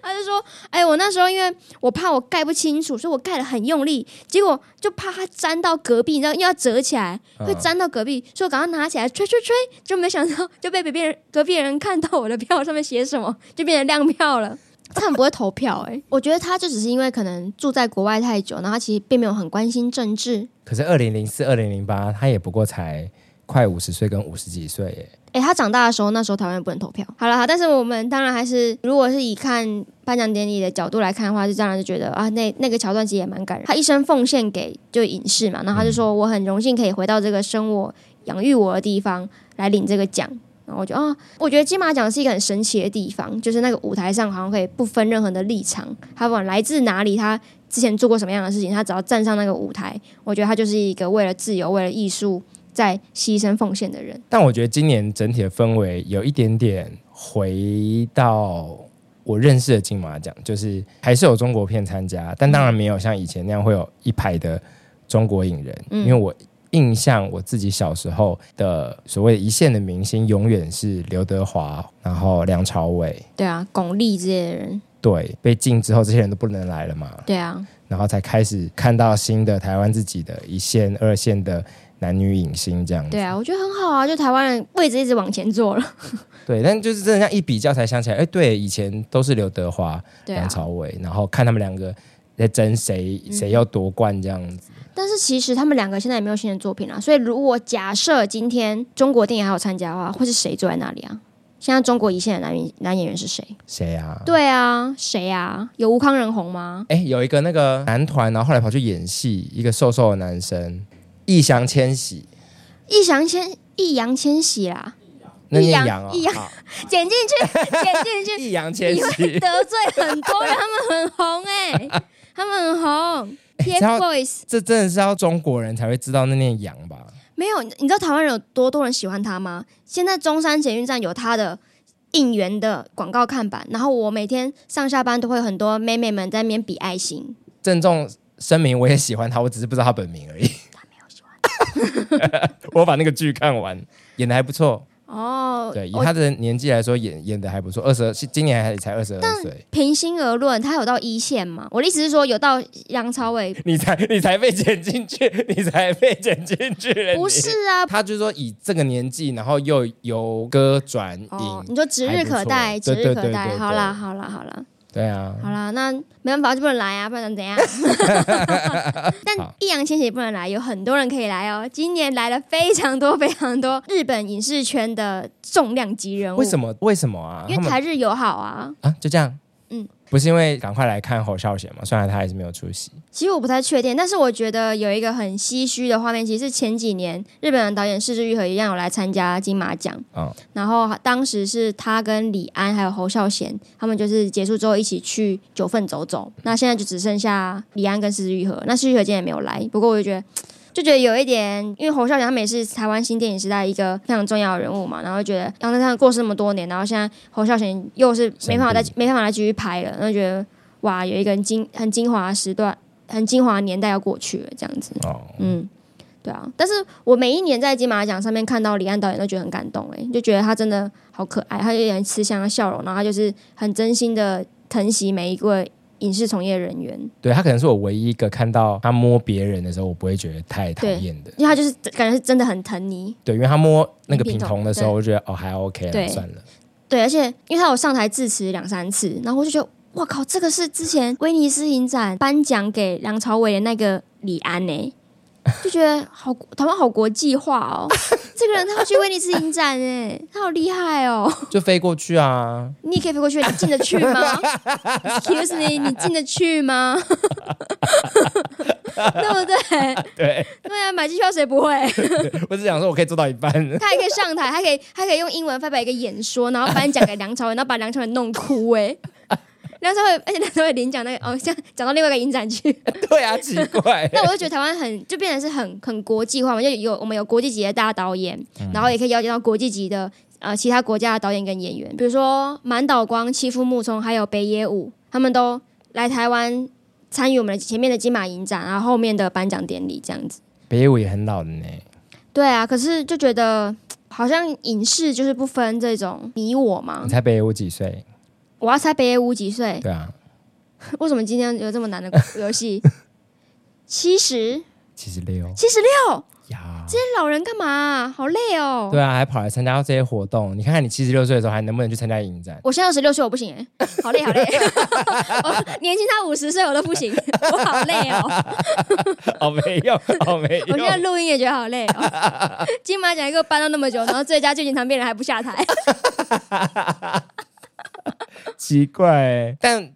[SPEAKER 2] 他就说：“哎、我那时候因为我怕我盖不清楚，所以我盖的很用力，结果就怕它粘到隔壁，你知道，又要折起来，会
[SPEAKER 1] 嗯
[SPEAKER 2] 粘到隔壁，所以我赶快拿起来吹吹吹，就没想到就被别人隔壁人看到我的票上面写什么，就变成亮票 *laughs* 了。他很不会投票哎、我觉得他就只是因为可能住在国外太久，然后他其实并没有很关心政治。
[SPEAKER 1] 可是二零零四、二零零八，他也不过才快五十岁跟五十几岁耶。
[SPEAKER 2] 哎、他长大的时候，那时候台湾也不能投票。好了，好，但是我们当然还是，如果是以看颁奖典礼的角度来看的话，就当然就觉得啊，那那个桥段其实也蛮感人。他一生奉献给就影视嘛，然后他就说我很荣幸可以回到这个生我养育我的地方来领这个奖。然后我就啊，我觉得金马奖是一个很神奇的地方，就是那个舞台上好像可以不分任何的立场，他不管来自哪里，他之前做过什么样的事情，他只要站上那个舞台，我觉得他就是一个为了自由、为了艺术在牺牲奉献的人。
[SPEAKER 1] 但我觉得今年整体的氛围有一点点回到我认识的金马奖，就是还是有中国片参加，但当然没有像以前那样会有一排的中国影人，因
[SPEAKER 2] 嗯
[SPEAKER 1] 为我。印象我自己小时候的所谓一线的明星，永远是刘德华，然后梁朝伟，
[SPEAKER 2] 对啊，巩俐这些人，
[SPEAKER 1] 对，被禁之后，这些人都不能来了嘛，
[SPEAKER 2] 对啊，
[SPEAKER 1] 然后才开始看到新的台湾自己的一线、二线的男女影星这样子。
[SPEAKER 2] 对啊，我觉得很好啊，就台湾人位置一直往前坐了，
[SPEAKER 1] 对，但就是真的这样一比较才想起来，哎，对，以前都是刘德华、
[SPEAKER 2] 对啊嗯
[SPEAKER 1] 梁。朝伟，然后看他们两个在争谁谁要夺冠这样子。
[SPEAKER 2] 但是其实他们两个现在也没有新的作品啊，所以如果假设今天中国电影还有参加的话，会是谁坐在那里啊？现在中国一线的男演男演员是谁？
[SPEAKER 1] 谁啊？
[SPEAKER 2] 对啊，谁啊？有吴康仁红吗？
[SPEAKER 1] 哎，有一个那个男团，然后后来跑去演戏，一个瘦瘦的男生，易烊千玺，
[SPEAKER 2] 易烊千易烊千玺啦，
[SPEAKER 1] 那
[SPEAKER 2] 易
[SPEAKER 1] 念
[SPEAKER 2] 烊
[SPEAKER 1] 杨啊，
[SPEAKER 2] 易烊
[SPEAKER 1] 好
[SPEAKER 2] 剪进去，剪进去，
[SPEAKER 1] 易烊千
[SPEAKER 2] *laughs* 你
[SPEAKER 1] 玺
[SPEAKER 2] 会。得罪很多人，他们很红哎、他们很红。
[SPEAKER 1] *laughs* 知道
[SPEAKER 2] TFBOYS
[SPEAKER 1] 这真的是要中国人才会知道那念杨吧？
[SPEAKER 2] 没有，你知道台湾人有多多人喜欢他吗？现在中山捷运站有他的应援的广告看板，然后我每天上下班都会有很多妹妹们在那边比爱心。
[SPEAKER 1] 郑重声明，我也喜欢他，我只是不知道他本名而已。 *laughs* 我把那个剧看完，演的还不错。
[SPEAKER 2] 哦，
[SPEAKER 1] 对，以
[SPEAKER 2] 我
[SPEAKER 1] 他的年纪来说，演演的还不错。二十二，今年还才二十二岁，
[SPEAKER 2] 平心而论，他有到一线吗？我的意思是说，有到梁朝伟
[SPEAKER 1] 你才你才被剪进去， *laughs* 你才被剪进去了。
[SPEAKER 2] 不
[SPEAKER 1] 你
[SPEAKER 2] 是啊？
[SPEAKER 1] 他就是说以这个年纪，然后又由歌转影，
[SPEAKER 2] 哦，你说指日可待，
[SPEAKER 1] 还不
[SPEAKER 2] 指
[SPEAKER 1] 错
[SPEAKER 2] 日
[SPEAKER 1] 对
[SPEAKER 2] 可
[SPEAKER 1] 对
[SPEAKER 2] 待。
[SPEAKER 1] 对对
[SPEAKER 2] 好啦，好啦，好啦，
[SPEAKER 1] 对啊，
[SPEAKER 2] 好啦，那没办法就不能来啊，不
[SPEAKER 1] *laughs*
[SPEAKER 2] 然怎样？但
[SPEAKER 1] 好
[SPEAKER 2] 易烊千玺不能来，有很多人可以来哦。今年来了非常多非常多日本影视圈的重量级人物，
[SPEAKER 1] 为什么为什么啊？
[SPEAKER 2] 因
[SPEAKER 1] 他
[SPEAKER 2] 为
[SPEAKER 1] 们
[SPEAKER 2] 台日友好啊。
[SPEAKER 1] 啊就这样，
[SPEAKER 2] 嗯
[SPEAKER 1] 嗯，不是因为赶快来看侯孝贤嘛？虽然他还是没有出席，
[SPEAKER 2] 其实我不太确定，但是我觉得有一个很唏嘘的画面，其实是前几年日本的导演四之愈合一样有来参加金马奖，
[SPEAKER 1] 嗯
[SPEAKER 2] 然后当时是他跟李安还有侯孝贤，他们就是结束之后一起去九份走走。那现在就只剩下李安跟四之愈合，那四之愈合今天也没有来，不过我就觉得。就觉得有一点，因为侯孝贤他们也是台湾新电影时代一个非常重要的人物嘛，然后觉得杨德昌过世那么多年，然后现在侯孝贤又是没办法再
[SPEAKER 1] 生
[SPEAKER 2] 没办法再继续拍了，然后觉得哇，有一个很精很精华的时段，很精华的年代要过去了，这样子，
[SPEAKER 1] 哦，
[SPEAKER 2] 嗯，对啊。但是我每一年在金马奖上面看到李安导演，都觉得很感动、欸，就觉得他真的好可爱，他有点慈祥的笑容，然后他就是很真心的疼惜每一个影视从业人员，
[SPEAKER 1] 对他可能是我唯一一个看到他摸别人的时候，我不会觉得太讨厌的。
[SPEAKER 2] 因为他就是感觉是真的很疼你，
[SPEAKER 1] 对，因为他摸那个
[SPEAKER 2] 平
[SPEAKER 1] 平
[SPEAKER 2] 筒
[SPEAKER 1] 筒的时候，我觉得哦还 OK
[SPEAKER 2] 对
[SPEAKER 1] 了，算了。
[SPEAKER 2] 对，而且因为他有上台致辞两三次，然后我就觉得。哇靠！这个是之前威尼斯影展颁奖给梁朝伟的那个李安呢、就觉得好台湾好国际化哦。这个人他要去威尼斯影展哎、他好厉害哦！
[SPEAKER 1] 就飞过去啊！
[SPEAKER 2] 你也可以飞过去，你进得去吗？Excuse me，你进得去吗？ *laughs* 对 *laughs* 不对？
[SPEAKER 1] 对，
[SPEAKER 2] 对啊，买机票谁不会？
[SPEAKER 1] 我只想说，我可以做到一半。 *laughs*
[SPEAKER 2] 他还可以上台，还可以还可以用英文发表一个演说，然后颁奖给梁朝伟，然后把梁朝伟弄哭哎、梁朝伟，而且梁朝伟领奖那个哦，像讲到另外一个影展去，
[SPEAKER 1] 对啊，奇怪。
[SPEAKER 2] 那我就觉得台湾很就变成是很很国际化嘛，就有我们有国际级的大导演，然后也可以邀请到国际级的呃其他国家的导演跟演员，比如说满岛光、欺负木聪还有北野武，他们都来台湾参与我们的前面的金马影展，然后后面的颁奖典礼这样子。
[SPEAKER 1] 北野武也很老的呢，
[SPEAKER 2] 对啊，可是就觉得好像影视就是不分这种你我嘛
[SPEAKER 1] 你。猜北野武几岁？
[SPEAKER 2] 我要猜北野武几岁？ *laughs*
[SPEAKER 1] 对啊，
[SPEAKER 2] 为什么今天有这么
[SPEAKER 1] *laughs*
[SPEAKER 2] 难的游戏？七十，
[SPEAKER 1] 七十六
[SPEAKER 2] 七十六，
[SPEAKER 1] 呀。
[SPEAKER 2] 这老人干嘛啊、好累哦。
[SPEAKER 1] 对啊，还跑来参加这些活动。你看看你七十六岁的时候，还能不能去参加影展？ *laughs*
[SPEAKER 2] 我现在二十六岁，我不行、欸，好累好累。我年轻他五十岁我都不
[SPEAKER 1] *laughs*
[SPEAKER 2] 行，我好累哦。
[SPEAKER 1] 哦，没用，哦，没
[SPEAKER 2] 我现在
[SPEAKER 1] 用。
[SPEAKER 2] 录音也觉得好累哦。
[SPEAKER 1] *laughs*
[SPEAKER 2] 金马奖一个搬到那么久，然后最佳剧情长片人还不下台。
[SPEAKER 1] 奇怪欸，但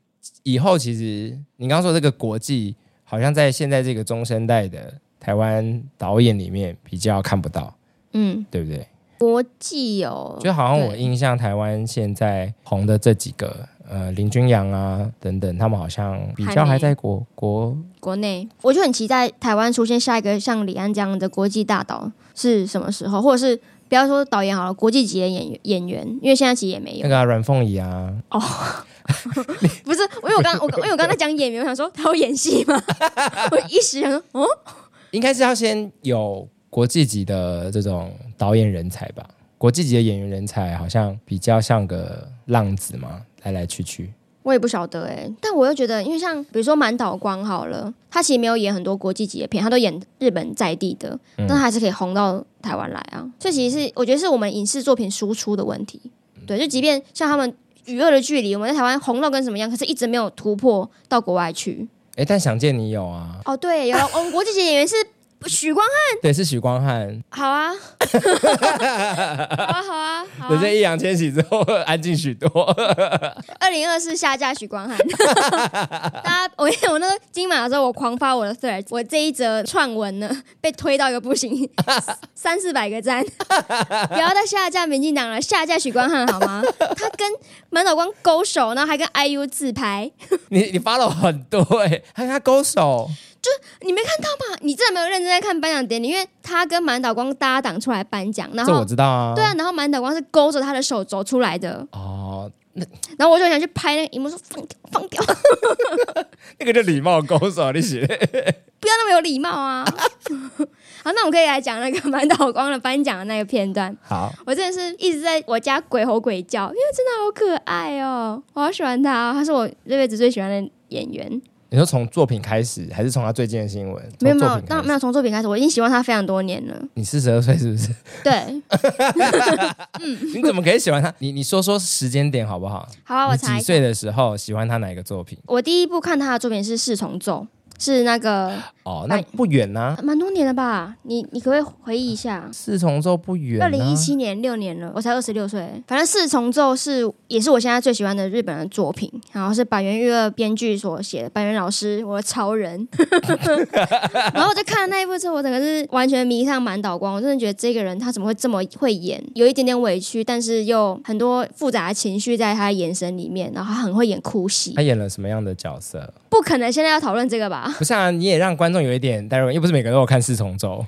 [SPEAKER 1] 以后其实你刚刚说这个国际，好像在现在这个中生代的台湾导演里面比较看不到，
[SPEAKER 2] 嗯，
[SPEAKER 1] 对不对？
[SPEAKER 2] 国际哦，
[SPEAKER 1] 就好像我
[SPEAKER 2] 对
[SPEAKER 1] 印象台湾现在红的这几个，呃，林君阳啊等等，他们好像比较
[SPEAKER 2] 还没
[SPEAKER 1] 还在国国
[SPEAKER 2] 国内，我就很期待台湾出现下一个像李安这样的国际大导是什么时候，或者是不要说导演好了，国际级的演员演员，因为现在其实也没有
[SPEAKER 1] *laughs* 那。个啊阮、凤仪啊，
[SPEAKER 2] 不是，因为我刚我因为我刚才讲演员，我想说他有演戏吗？ *laughs* 我一时想说，哦，
[SPEAKER 1] 应该是要先有国际级的这种导演人才吧。国际级的演员人才好像比较像个浪子嘛，来来去去。
[SPEAKER 2] 我也不晓得哎、但我又觉得，因为像比如说满岛光好了，他其实没有演很多国际级的片，他都演日本在地的，但他还是可以红到台湾来啊。所以其实是我觉得是我们影视作品输出的问题。对，就即便像他们《与恶的距离》，我们在台湾红到跟什么样，可是一直没有突破到国外去。
[SPEAKER 1] 哎，但想见你有啊？
[SPEAKER 2] 哦，对，有了，我们国际级演员是许光
[SPEAKER 1] 对，是许光汉。
[SPEAKER 2] 汉，好啊， *laughs* 好啊，好啊，好
[SPEAKER 1] 等
[SPEAKER 2] 啊
[SPEAKER 1] 这。易烊千玺之后，安静许多。
[SPEAKER 2] 二零二四下架许光汉， *laughs* 大家，我我那个金马的时候，我狂发我的 thread，我这一则串文呢被推到一个不行， *laughs* 三四百个赞， *laughs* 不要再下架民进党了，下架许光汉好吗？他跟满岛光勾手，然后还跟 IU 自拍，
[SPEAKER 1] 你你发了很多哎、欸，还跟他勾手，
[SPEAKER 2] 你没看到吗？啊你真的没有认真在看颁奖典礼，因为他跟满岛光搭档出来颁奖，然
[SPEAKER 1] 这我
[SPEAKER 2] 后。
[SPEAKER 1] 知道啊。
[SPEAKER 2] 对啊，然后满岛光是勾着他的手走出来的，
[SPEAKER 1] 哦，
[SPEAKER 2] 然后我就很想去拍那个荧幕，说放掉，放掉，
[SPEAKER 1] 那个就礼貌勾手，你写
[SPEAKER 2] 不要要那么有礼貌啊！ *laughs* 好，那我们可以来讲那个满岛光的颁奖的那个片段。
[SPEAKER 1] 好，
[SPEAKER 2] 我真的是一直在我家鬼吼鬼叫，因为真的好可爱哦，我好喜欢他、哦，他是我这辈子最喜欢的演员。
[SPEAKER 1] 你说从作品开始，还是从他最近的新闻？
[SPEAKER 2] 没有没有
[SPEAKER 1] 从，作
[SPEAKER 2] 当
[SPEAKER 1] 品开始
[SPEAKER 2] 没有从作品开始，我已经喜欢他非常多年了。
[SPEAKER 1] 你四十二岁是不是？ *laughs*
[SPEAKER 2] 对，
[SPEAKER 1] 你怎么可以喜欢他？你你说说时间点好不好？
[SPEAKER 2] 好啊，我
[SPEAKER 1] 你
[SPEAKER 2] 查
[SPEAKER 1] 几
[SPEAKER 2] 一下，
[SPEAKER 1] 岁的时候喜欢他哪一个作品？
[SPEAKER 2] 我第一部看他的作品是《四重奏》，是那个呃
[SPEAKER 1] 哦，那不远呐、
[SPEAKER 2] 蛮多年了吧？你你可不可以回忆一下？
[SPEAKER 1] 四重奏不远、啊。
[SPEAKER 2] 二零一七年六年了，我才二十六岁。反正《四重奏》是也是我现在最喜欢的日本的作品，然后是板垣裕二编剧所写的，板垣老师我的超人。 *laughs* 然后我就看了那一部之后，我整个是完全迷上满岛光。我真的觉得这个人他怎么会这么会演，有一点点委屈，但是又很多复杂的情绪在他的眼神里面，然后他很会演哭戏
[SPEAKER 1] 他。演了什么样的角色？
[SPEAKER 2] 不可能现在要讨论这个吧？
[SPEAKER 1] 不是啊，你也让观众有一点代入感，又不是每个人都有看四重奏。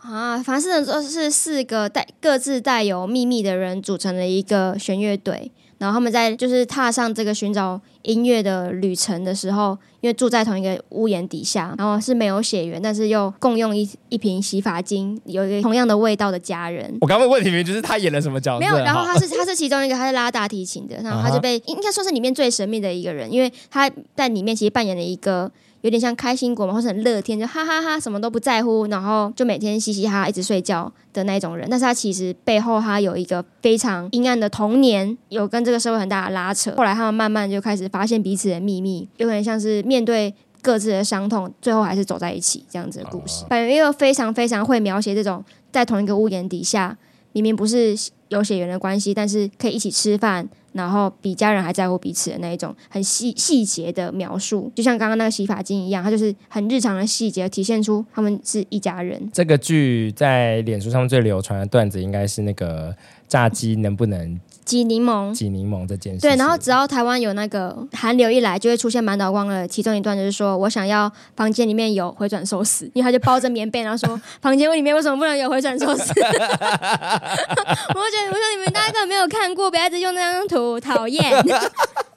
[SPEAKER 2] 啊，反正都是四个带各自带有秘密的人组成的一个弦乐队，然后他们在就是踏上这个寻找音乐的旅程的时候，因为住在同一个屋檐底下，然后是没有血缘，但是又共用一一瓶洗发精，有一个同样的味道的家人。
[SPEAKER 1] 我刚刚问题明明就是他演了什么角色，
[SPEAKER 2] 没有，然后
[SPEAKER 1] 好
[SPEAKER 2] 他是他是其中一个，他是拉大提琴的，然后他
[SPEAKER 1] 啊哈
[SPEAKER 2] 就被应该说是里面最神秘的一个人，因为他在里面其实扮演了一个有点像开心果嘛，或是很乐天，就哈哈哈什么都不在乎，然后就每天嘻嘻哈哈一直睡觉的那一种人。但是他其实背后他有一个非常阴暗的童年，有跟这个社会很大的拉扯。后来他们慢慢就开始发现彼此的秘密，有点像是面对。各自的伤痛，最后还是走在一起这样子的故
[SPEAKER 1] 啊
[SPEAKER 2] 事。板垣又非常非常会描写这种在同一个屋檐底下，明明不是有血缘的关系，但是可以一起吃饭，然后比家人还在乎彼此的那一种很细细节的描述，就像刚刚那个洗发精一样，它就是很日常的细节，体现出他们是一家人。
[SPEAKER 1] 这个剧在脸书上面最流传的段子应该是那个炸鸡能不能
[SPEAKER 2] 挤柠檬，
[SPEAKER 1] 挤柠檬这件事情。
[SPEAKER 2] 对，然后只要台湾有那个寒流一来，就会出现满岛光的其中一段，就是说我想要房间里面有回转寿司，因为他就包着棉被，然
[SPEAKER 1] *laughs*
[SPEAKER 2] 后说房间里面为什么不能有回转寿司？我 *laughs* 就觉得，我说你们大家根本没有看过，不要一直用那张图，讨
[SPEAKER 1] *laughs*
[SPEAKER 2] 厌，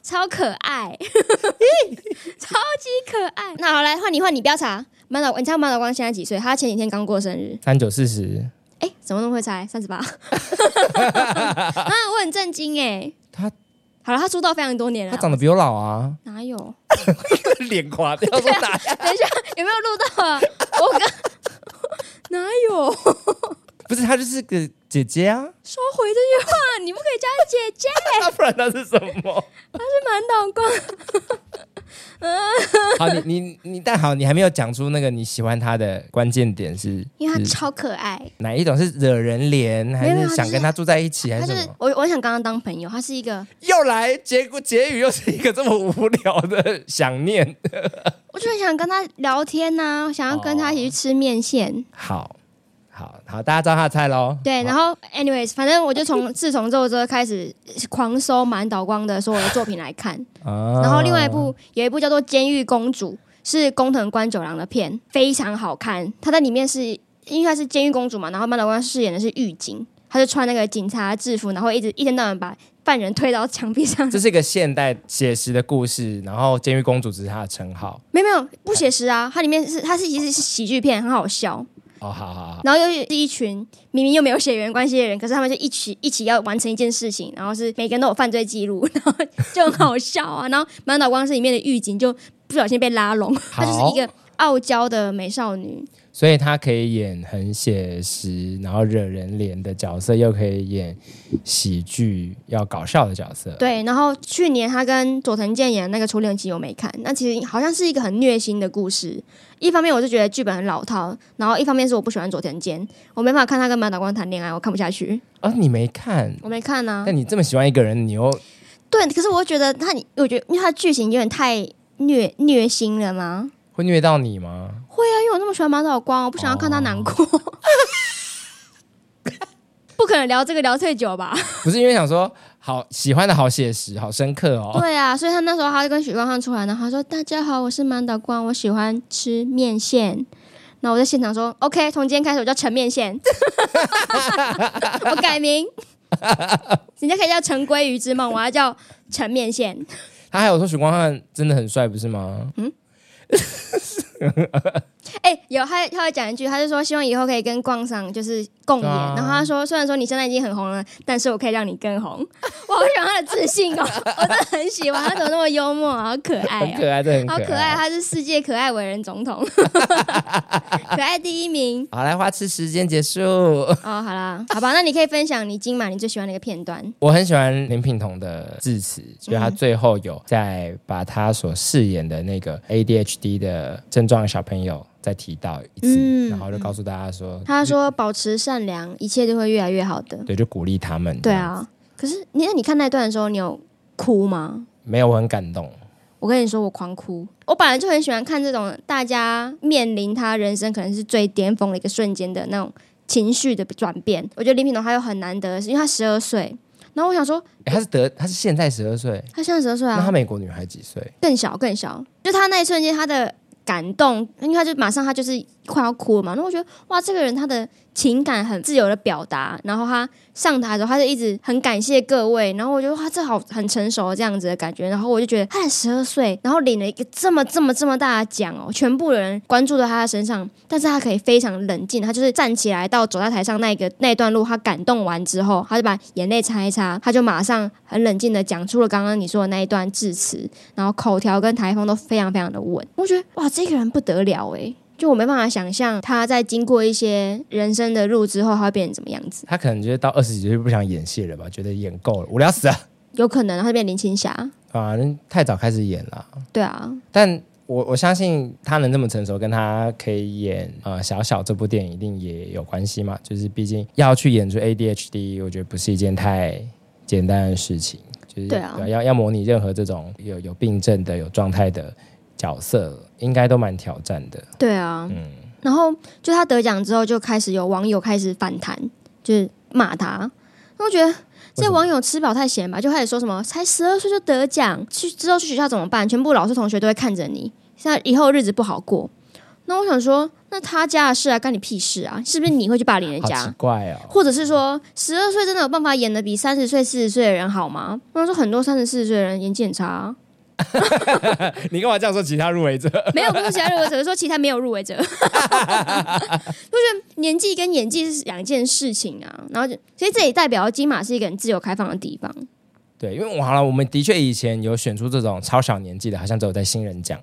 [SPEAKER 2] 超可爱， *laughs* 超级可爱。那好，来换你换你，不要查。满岛，你知道满岛光现在几岁？他前几天刚过生日。
[SPEAKER 1] 三九四十，
[SPEAKER 2] 哎、怎么那么会
[SPEAKER 1] *laughs*
[SPEAKER 2] 猜？三十八。啊，我很震惊哎、
[SPEAKER 1] 他
[SPEAKER 2] 好了，他出道非常多年了
[SPEAKER 1] 他。长得比我老啊，
[SPEAKER 2] 哪有？等
[SPEAKER 1] 脸垮掉说
[SPEAKER 2] *laughs*
[SPEAKER 1] 哪样？
[SPEAKER 2] 一下，有没有录到啊？我刚哪有？收
[SPEAKER 1] 不是，他就是个姐姐啊，
[SPEAKER 2] 回这句话，你不可以叫她姐姐，
[SPEAKER 1] 那 *laughs* 不然他是什么？
[SPEAKER 2] 是满脑光。
[SPEAKER 1] 好，你你你，但好，你还没有讲出那个你喜欢他的关键点是，
[SPEAKER 2] 因为她
[SPEAKER 1] 是
[SPEAKER 2] 超可爱，
[SPEAKER 1] 哪一种是惹人怜，还
[SPEAKER 2] 没有
[SPEAKER 1] 是想跟他住在一起，还
[SPEAKER 2] 她
[SPEAKER 1] 是
[SPEAKER 2] 就
[SPEAKER 1] 什
[SPEAKER 2] 是
[SPEAKER 1] 么？
[SPEAKER 2] 我，我想跟她当朋友。她是一个，
[SPEAKER 1] 又来，结果结语又是一个这么无聊的想念。
[SPEAKER 2] 我就很想跟她聊天呐、想要跟她一起去吃面线。
[SPEAKER 1] 哦好好好，大家知道他的菜喽。好
[SPEAKER 2] 对，然后 anyways，反正我就从自从这之后开始狂搜满岛光的所有的作品来看。
[SPEAKER 1] 啊
[SPEAKER 2] 然后另外一部有一部叫做《监狱公主》，是工藤官九郎的片，非常好看。她在里面是因为她是监狱公主嘛，然后曼岛光饰演的是狱警，她就穿那个警察制服，然后一直一天到晚把犯人推到墙壁上。
[SPEAKER 1] 这是一个现代写实的故事，然后监狱公主只是她的称号。
[SPEAKER 2] 没有没有不写实啊，它里面是它是其实是喜剧片，很好笑。
[SPEAKER 1] 哦，好好好，
[SPEAKER 2] 然后又是一群明明又没有血缘关系的人，可是他们就一起一起要完成一件事情，然后是每个人都有犯罪记录， *laughs* 然后就很好笑啊。然后满岛光是里面的狱警就不小心被拉拢，她就是一个傲娇的美少女。
[SPEAKER 1] 所以她可以演很写实，然后惹人怜的角色，又可以演喜剧要搞笑的角色。
[SPEAKER 2] 对，然后去年他跟佐藤健演的那个《初恋期》我没看，那其实好像是一个很虐心的故事。一方面我是觉得剧本很老套，然后一方面是我不喜欢佐藤健，我没办法看他跟满岛光谈恋爱，我看不下去，
[SPEAKER 1] 啊，你没看？
[SPEAKER 2] 我没看啊
[SPEAKER 1] 那。你这么喜欢一个人，你又
[SPEAKER 2] 对，可是我觉得他，我觉得因为他剧情有点太虐虐心了吗？
[SPEAKER 1] 会虐到你吗？
[SPEAKER 2] 会啊，因为我那么喜欢满岛光，我不想要看他难过。 *laughs* 不可能聊这个聊太久吧？
[SPEAKER 1] 不是因为想说好喜欢的好写实，好深刻哦。
[SPEAKER 2] *laughs* 对啊，所以他那时候他就跟许光汉出来，然后他说：“大家好，我是满岛光，我喜欢吃面线。”那我在现场说：“OK，从今天开始我叫陈面线， *laughs* 我改 *laughs* 名，人家可以叫陈鲑鱼之梦，我要叫陈面线。
[SPEAKER 1] 他还有说许光汉真的很帅，不是吗？嗯，
[SPEAKER 2] 哎、有他他会讲一句，他就说希望以后可以跟逛上就是共演，
[SPEAKER 1] 对啊
[SPEAKER 2] 然后他说虽然说你现在已经很红了，但是我可以让你更红。 *laughs* 哇，我喜欢他的自信哦，我真的很喜欢他，怎么那么幽默，好可爱
[SPEAKER 1] 很
[SPEAKER 2] 哦。
[SPEAKER 1] 可爱，这很
[SPEAKER 2] 好可
[SPEAKER 1] 可
[SPEAKER 2] 爱，
[SPEAKER 1] 爱。
[SPEAKER 2] 他是世界可爱伟人总
[SPEAKER 1] *laughs*
[SPEAKER 2] 统，可爱第一名。
[SPEAKER 1] 好，来花痴时间结束。
[SPEAKER 2] 哦，好啦，好吧，那你可以分享你今晚你最喜欢的一个片段。
[SPEAKER 1] 我很喜欢林品彤的致辞，
[SPEAKER 2] 嗯
[SPEAKER 1] 就是他最后有在把他所饰演的那个 ADHD 的症状小朋友再提到一次，
[SPEAKER 2] 嗯
[SPEAKER 1] 然后就告诉大家说，
[SPEAKER 2] 他说：“保持善良，一切就会越来越好的。
[SPEAKER 1] 对，就鼓励他们。”
[SPEAKER 2] 对，啊，可是你那你看那段的时候，你有哭吗？
[SPEAKER 1] 没有，我很感动。
[SPEAKER 2] 我跟你说，我狂哭。我本来就很喜欢看这种大家面临他人生可能是最巅峰的一个瞬间的那种情绪的转变。我觉得林品彤他又很难得，是因为他十二岁。然后我想说，
[SPEAKER 1] 诶他是得，他是现在十二岁，
[SPEAKER 2] 他现在十二岁
[SPEAKER 1] 那他
[SPEAKER 2] 啊，
[SPEAKER 1] 美国女孩几岁？
[SPEAKER 2] 更小更小。就他那一瞬间，他的感动，因为他就马上他就是快要哭了嘛。然后我觉得，哇，这个人他的情感很自由的表达。然后他上台的时候，他就一直很感谢各位。然后我觉得，哇，这好很成熟这样子的感觉。然后我就觉得，他才十二岁，然后领了一个这么这么这么大的奖哦，全部的人关注到他的身上，但是他可以非常冷静，他就是站起来到走在台上那一个那一段路，他感动完之后，他就把眼泪擦一擦，他就马上很冷静的讲出了刚刚你说的那一段致辞，然后口条跟台风都非常非常的稳。我觉得，哇，这个人不得了诶。就我没办法想象他在经过一些人生的路之后，他会变成什么样子。
[SPEAKER 1] 他可能就是到二十几岁就不想演戏了吧，觉得演够了，无聊死了
[SPEAKER 2] 有可能他会变林青霞，
[SPEAKER 1] 啊！那太早开始演了。
[SPEAKER 2] 对啊，
[SPEAKER 1] 但我我相信他能这么成熟，跟他可以演呃小小这部电影一定也有关系嘛。就是毕竟要去演出 ADHD，我觉得不是一件太简单的事情。就是
[SPEAKER 2] 对啊
[SPEAKER 1] 要要模拟任何这种有有病症的、有状态的角色，应该都蛮挑战的。
[SPEAKER 2] 对啊，
[SPEAKER 1] 嗯
[SPEAKER 2] 然后就他得奖之后，就开始有网友开始反弹，就是骂他。那我觉得
[SPEAKER 1] 为什
[SPEAKER 2] 这
[SPEAKER 1] 么
[SPEAKER 2] 网友吃饱太闲吧，就开始说什么才十二岁就得奖，去之后去学校怎么办？全部老师同学都会看着你，现在以后日子不好过。那我想说，那他家的事啊，干你屁事啊？是不是你会去霸凌人
[SPEAKER 1] 好
[SPEAKER 2] 家？
[SPEAKER 1] 奇怪哦，
[SPEAKER 2] 或者是说，十二岁真的有办法演的比三十岁、四十岁的人好吗？我想说，很多三十四岁的人演技很差、啊，
[SPEAKER 1] *laughs* 你干嘛这样说其他入围者？
[SPEAKER 2] 没有不是其他入围者，我说其他没有入围者。我 *laughs* 觉得年纪跟演技是两件事情啊，然后就所以这也代表金马是一个很自由开放的地方。
[SPEAKER 1] 对，因为我好了，我们的确以前有选出这种超小年纪的，好像只有在新人奖。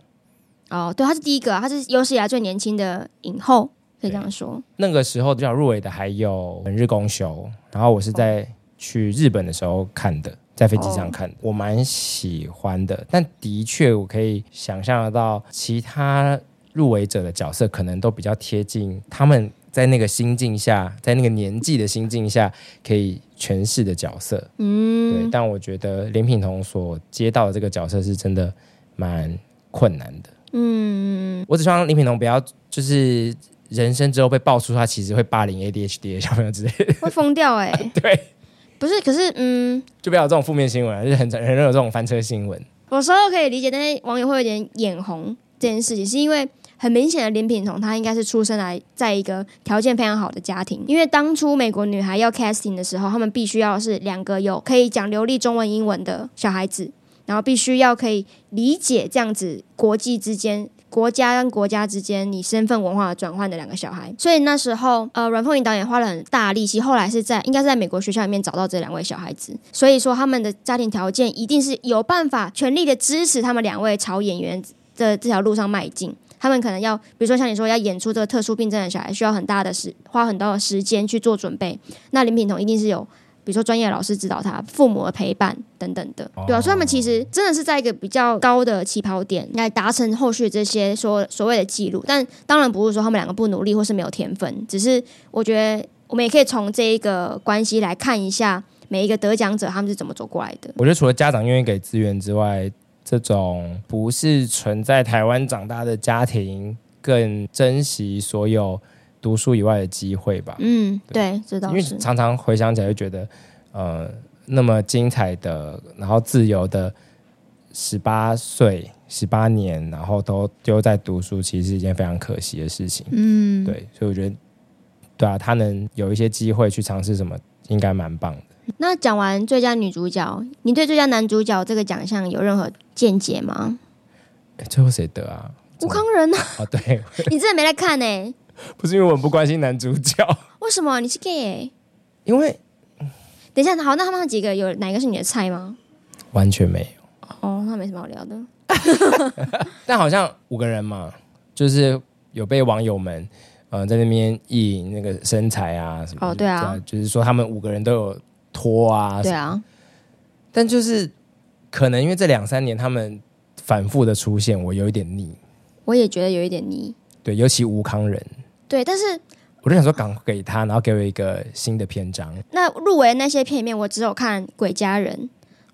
[SPEAKER 2] 哦，对，她是第一个啊，她是有史以来最年轻的影后，可以这样说。
[SPEAKER 1] 那个时候比较入围的还有《本日公休》，然后我是在去日本的时候看的，在飞机上看的，我蛮喜欢的。但的确，我可以想象得到，其他入围者的角色可能都比较贴近他们在那个心境下，在那个年纪的心境下可以诠释的角色。
[SPEAKER 2] 嗯，
[SPEAKER 1] 对，但我觉得林品彤所接到的这个角色是真的蛮困难的。嗯，我只希望林品彤不要就是人生之后被爆出他其实会霸凌 ADHD 的小朋友之类的，
[SPEAKER 2] 会疯掉哎、
[SPEAKER 1] 对，
[SPEAKER 2] 不是，可是嗯，就
[SPEAKER 1] 就不要有这种负面新闻啊，就是很很容易有这种翻车新闻。
[SPEAKER 2] 有时候可以理解，但是网友会有点眼红这件事情，是因为很明显的林品彤她应该是出生来在一个条件非常好的家庭，因为当初美国女孩要 casting 的时候，他们必须要是两个有可以讲流利中文、英文的小孩子，然后必须要可以理解这样子国际之间。国家跟国家之间，你身份文化的转换的两个小孩，所以那时候，呃，阮凤仪导演花了很大力气，后来是在应该是在美国学校里面找到这两位小孩子，所以说他们的家庭条件一定是有办法全力的支持他们两位朝演员的这条路上迈进。他们可能要，比如说像你说要演出这个特殊病症的小孩，需要很大的时花很多的时间去做准备。那林品彤一定是有，比如说专业的老师指导他，父母的陪伴等等的，对啊，所以他们其实真的是在一个比较高的起跑点来达成后续这些所所谓的记录。但当然不是说他们两个不努力或是没有天分，只是我觉得我们也可以从这一个关系来看一下每一个得奖者他们是怎么走过来的。
[SPEAKER 1] 我觉得除了家长愿意给资源之外，这种不是存在台湾长大的家庭，更珍惜所有读书以外的机会吧。
[SPEAKER 2] 嗯，对，这
[SPEAKER 1] 因
[SPEAKER 2] 倒
[SPEAKER 1] 为
[SPEAKER 2] 是。
[SPEAKER 1] 常常回想起来就觉得，呃，那么精彩的，然后自由的十八岁、十八年，然后都丢在读书，其实是一件非常可惜的事情。
[SPEAKER 2] 嗯，
[SPEAKER 1] 对，所以我觉得，对啊，他能有一些机会去尝试什么，应该蛮棒的。
[SPEAKER 2] 那讲完最佳女主角，你对最佳男主角这个奖项有任何见解吗？
[SPEAKER 1] 诶最后谁得啊？
[SPEAKER 2] 吴康仁呢？
[SPEAKER 1] 哦，对，
[SPEAKER 2] *laughs*
[SPEAKER 1] *laughs*
[SPEAKER 2] 你真的没来看呢、欸
[SPEAKER 1] 不是因为我们不关心男主角， *laughs*
[SPEAKER 2] 为什么你是 gay？、欸、
[SPEAKER 1] 因为
[SPEAKER 2] 等一下，好，那他们几个有哪一个是你的菜吗？
[SPEAKER 1] 完全没有。
[SPEAKER 2] 哦，那没什么好聊的。
[SPEAKER 1] 但好像五个人嘛，就是有被网友们呃在那边议那个身材啊什么的。
[SPEAKER 2] 哦对啊
[SPEAKER 1] 就是说他们五个人都有脱啊。
[SPEAKER 2] 对。啊，
[SPEAKER 1] 但就是可能因为这两三年他们反复的出现，我有一点腻。
[SPEAKER 2] 我也觉得有一点腻。
[SPEAKER 1] 对，尤其吴康仁，
[SPEAKER 2] 对，但是
[SPEAKER 1] 我就想说赶快给他，然后给我一个新的篇章。
[SPEAKER 2] 那入围那些片里面，我只有看《鬼家人》，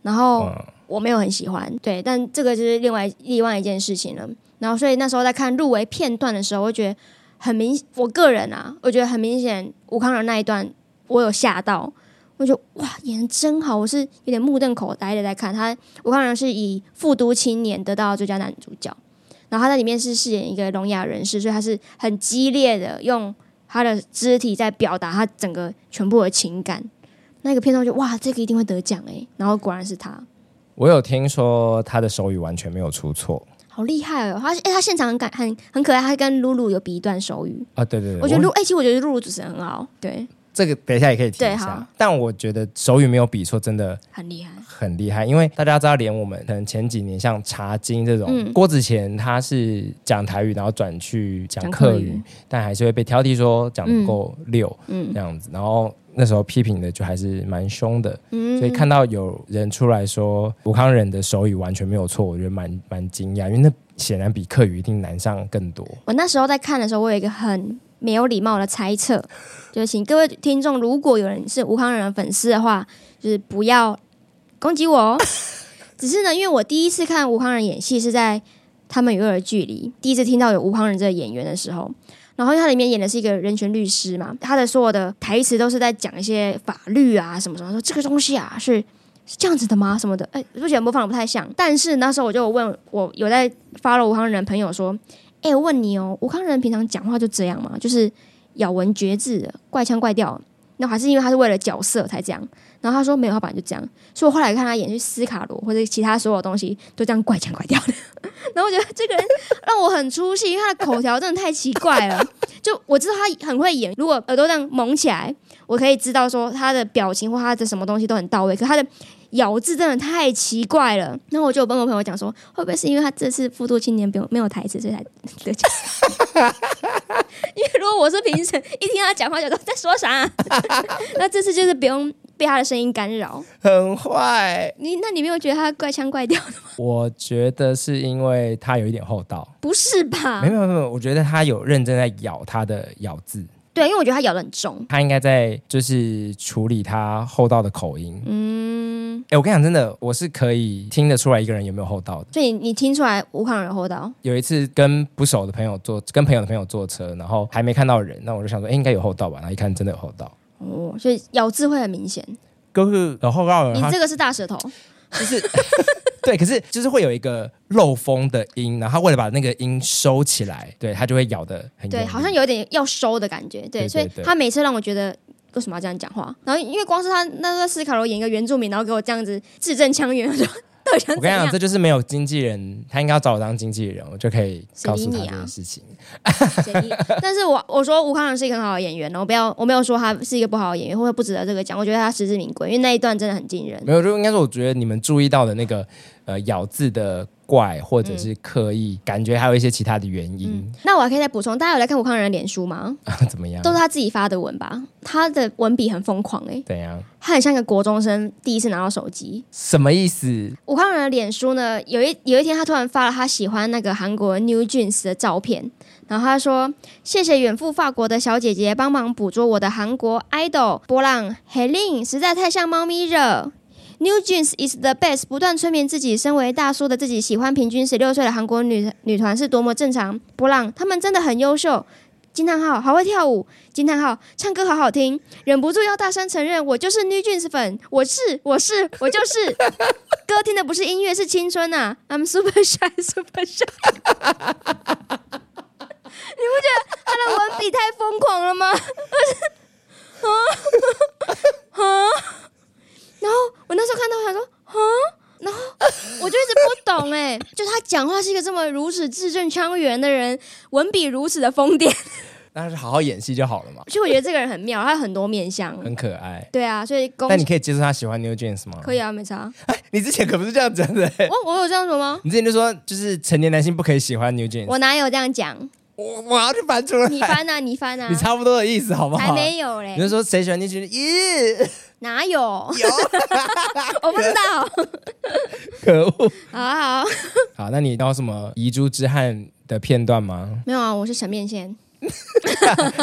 [SPEAKER 2] 然后
[SPEAKER 1] 嗯，
[SPEAKER 2] 我没有很喜欢。对，但这个就是另外另外一件事情了。然后，所以那时候在看入围片段的时候，我觉得很明，我个人啊，我觉得很明显，吴康仁那一段我有吓到，我觉得哇，演的真好，我是有点目瞪口呆的在看他。吴康仁是以《复读青年》得到最佳男主角，然后他在里面是饰演一个聋哑人士，所以他是很激烈的用他的肢体在表达他整个全部的情感。那个片段我就哇，这个一定会得奖诶、然后果然是他。
[SPEAKER 1] 我有听说他的手语完全没有出错
[SPEAKER 2] 好厉害哦！他哎、他现场很感很很可爱，他跟露露有比一段手语。
[SPEAKER 1] 啊。对对对，
[SPEAKER 2] 我觉得露哎、其实我觉得露露主持人很好，对，
[SPEAKER 1] 这个等一下也可以提
[SPEAKER 2] 对
[SPEAKER 1] 一
[SPEAKER 2] 好
[SPEAKER 1] 下。但我觉得手语没有比错真的
[SPEAKER 2] 很厉害。
[SPEAKER 1] 很厉害，因为大家知道，连我们可能前几年像茶经这种，
[SPEAKER 2] 嗯
[SPEAKER 1] 郭子乾他是讲台语，然后转去讲
[SPEAKER 2] 讲
[SPEAKER 1] 客
[SPEAKER 2] 客
[SPEAKER 1] 语
[SPEAKER 2] 语，
[SPEAKER 1] 但还是会被挑剔说讲不够溜、
[SPEAKER 2] 嗯
[SPEAKER 1] 这样子。然后那时候批评的就还是蛮凶的，
[SPEAKER 2] 嗯，
[SPEAKER 1] 所以看到有人出来说吴康仁的手语完全没有错，我觉得蛮蛮惊讶，因为那显然比客语一定难上更多。
[SPEAKER 2] 我那时候在看的时候，我有一个很没有礼貌的猜测，就是请各位听众，如果有人是吴康仁的粉丝的话，就是不要攻击我哦。只是呢，因为我第一次看吴康仁演戏是在《他们与恶的距离》，第一次听到有吴康仁这个演员的时候，然后因为他里面演的是一个人权律师嘛，他的所有的台词都是在讲一些法律啊什么什么，说这个东西啊是是这样子的吗？什么的，哎，不觉得模仿的不太像。但是那时候我就有问我有在 follow 吴康仁的朋友说，哎、我问你哦，吴康仁平常讲话就这样吗？就是咬文嚼字的，怪腔怪调的。那还是因为他是为了角色才这样。然后他说没有，他本来就这样。所以我后来看他演去斯卡罗或者其他所有东西都这样怪腔怪调的。 *laughs* 然后我觉得这个人让我很出戏，因为他的口条真的太奇怪了。就我知道他很会演，如果耳朵这样蒙起来，我可以知道说他的表情或他的什么东西都很到位。可他的咬字真的太奇怪了。然后我就有跟我朋友讲说，会不会是因为他这次《复读青年》没有没有台词，所以才得奖？因为 *laughs* 如果我是评审，一听他讲话就说在说啥 *laughs* 啊、那这次就是不用被他的声音干扰。
[SPEAKER 1] 很坏，
[SPEAKER 2] 你那你没有觉得他怪腔怪调的？
[SPEAKER 1] 我觉得是因为他有一点厚道。
[SPEAKER 2] 不是吧
[SPEAKER 1] 没？有没有没有，我觉得他有认真在咬他的咬字，
[SPEAKER 2] 对，因为我觉得他咬得很重。
[SPEAKER 1] 他应该在就是处理他厚道的口音。
[SPEAKER 2] 嗯，
[SPEAKER 1] 哎、我跟你讲，真的，我是可以听得出来一个人有没有厚道的。
[SPEAKER 2] 所以你听出来吴康仁厚道，
[SPEAKER 1] 有一次跟不熟的朋友坐，跟朋友的朋友坐车，然后还没看到人，那我就想说，哎、应该有厚道吧？然后一看，真的有厚道。
[SPEAKER 2] 哦，所以咬字会很明显。
[SPEAKER 1] 就是有厚道的
[SPEAKER 2] 你
[SPEAKER 1] 人，呃他
[SPEAKER 2] 这个是大舌头，
[SPEAKER 1] 就是 *laughs* 对，可是就是会有一个漏风的音，然后他为了把那个音收起来，对他就会咬的很
[SPEAKER 2] 对，
[SPEAKER 1] 用力
[SPEAKER 2] 好像有点要收的感觉。对，
[SPEAKER 1] 对
[SPEAKER 2] 所以
[SPEAKER 1] 对
[SPEAKER 2] 他每次让我觉得。为什么要这样讲话？然后因为光是他那时候在斯卡罗演一个原住民，然后给我这样子字正腔圆，我就 *laughs* 到底
[SPEAKER 1] 我
[SPEAKER 2] 想怎
[SPEAKER 1] 跟你
[SPEAKER 2] 样
[SPEAKER 1] 讲，？这就是没有经纪人，他应该要找我当经纪人，我就可以告诉他这
[SPEAKER 2] 啊
[SPEAKER 1] 件事情。
[SPEAKER 2] 谁理 *laughs* 但是我我说吴康仁是一个很好的演员哦，我不要我没有说他是一个不好的演员，或者不值得这个奖，我觉得他实至名归，因为那一段真的很惊人。
[SPEAKER 1] 没有，就应该说，我觉得你们注意到的那个呃咬字的怪，或
[SPEAKER 2] 嗯
[SPEAKER 1] 者是刻意，感觉还有一些其他的原因、
[SPEAKER 2] 那我还可以再补充，大家有在看吴康仁的脸书吗？
[SPEAKER 1] 啊， *laughs* 怎么样
[SPEAKER 2] 都？是他自己发的文吧？他的文笔很疯狂诶、
[SPEAKER 1] 怎样？
[SPEAKER 2] 他很像一个国中生第一次拿到手机。
[SPEAKER 1] 什么意思？
[SPEAKER 2] 吴康仁的脸书呢，有一有一天他突然发了他喜欢那个韩国 New Jeans 的照片，然后他说：“谢谢远赴法国的小姐姐帮忙捕捉我的韩国 idol 波浪 Helin，实在太像猫咪惹。” New Jeans is the best，不断催眠自己，身为大叔的自己喜欢平均十六岁的韩国女女团是多么正常。波浪，他们真的很优秀。惊叹号，好会跳舞！惊叹号，唱歌好好听，忍不住要大声承认，我就是 New Jeans 粉，我是，我是，我就是。歌听的不是音乐，是青春啊！I'm super shy, *laughs* super shy。你不觉得他的文笔太疯狂了吗？ *laughs* 啊啊！然后我那时候看到，我想说啊，我就一直不懂哎、就他讲话是一个这么如此字正腔圆的人，文笔如此的疯癫，
[SPEAKER 1] 那是好好演戏就好了嘛，
[SPEAKER 2] 所以我觉得这个人很妙，他有很多面相。
[SPEAKER 1] 很可爱。
[SPEAKER 2] 对啊，所以恭
[SPEAKER 1] 但你
[SPEAKER 2] 喜
[SPEAKER 1] 可以接受他喜欢 New Jeans 吗？哎
[SPEAKER 2] 可以啊，没差。
[SPEAKER 1] 你之前可不是这样讲的、欸，
[SPEAKER 2] 我我有这样说吗？
[SPEAKER 1] *laughs* 你之前就说就是成年男性不可以喜欢 New Jeans，
[SPEAKER 2] 我哪有这样讲？
[SPEAKER 1] 我我要去翻出来，
[SPEAKER 2] 你翻啊，你翻啊
[SPEAKER 1] 你，差不多的意思好不
[SPEAKER 2] 才
[SPEAKER 1] 好？
[SPEAKER 2] 没有
[SPEAKER 1] 你就
[SPEAKER 2] 嘞，
[SPEAKER 1] 说谁喜欢 New Jeans？咦， *laughs*
[SPEAKER 2] 哪有？
[SPEAKER 1] 有
[SPEAKER 2] *laughs* 我不知道。
[SPEAKER 1] 可恶！
[SPEAKER 2] 好好，
[SPEAKER 1] 好，那你有什么遗珠之憾的片段吗？
[SPEAKER 2] *laughs* 没有啊，我是闪面线。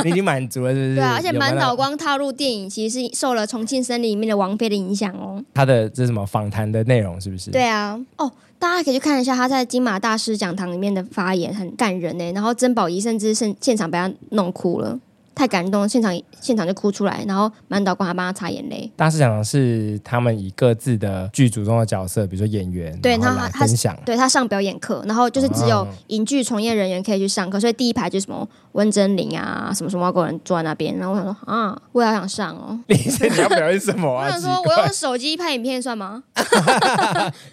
[SPEAKER 1] 你已经满足了，是不是？
[SPEAKER 2] 对啊，而且
[SPEAKER 1] 有没有
[SPEAKER 2] 满
[SPEAKER 1] 那
[SPEAKER 2] 岛光踏入电影，其实是受了《重庆森林》里面的王菲的影响哦。
[SPEAKER 1] 他的这什么访谈的内容是不是？
[SPEAKER 2] 对啊，哦，大家可以去看一下他在金马大师讲堂里面的发言，很感人呢。然后曾宝仪甚至现现场被他弄哭了，太感动了，现场现场就哭出来，然后满岛光还帮他擦眼泪。
[SPEAKER 1] 大师讲的是他们以各自的剧组中的角色，比如说演员，
[SPEAKER 2] 对
[SPEAKER 1] 然后
[SPEAKER 2] 他
[SPEAKER 1] 来
[SPEAKER 2] 他
[SPEAKER 1] 分享。 *laughs*
[SPEAKER 2] 对他上表演课，然后就是只有
[SPEAKER 1] 哦
[SPEAKER 2] 影剧从业人员可以去上课，所以第一排就是什么温真菱啊，什么什么外国人坐在那边。然后我想说啊，我也好想上哦。
[SPEAKER 1] 你你要表演什么
[SPEAKER 2] *laughs* 我
[SPEAKER 1] 啊？
[SPEAKER 2] 想说，
[SPEAKER 1] 奇
[SPEAKER 2] 我
[SPEAKER 1] 怪
[SPEAKER 2] 用手机拍影片算吗？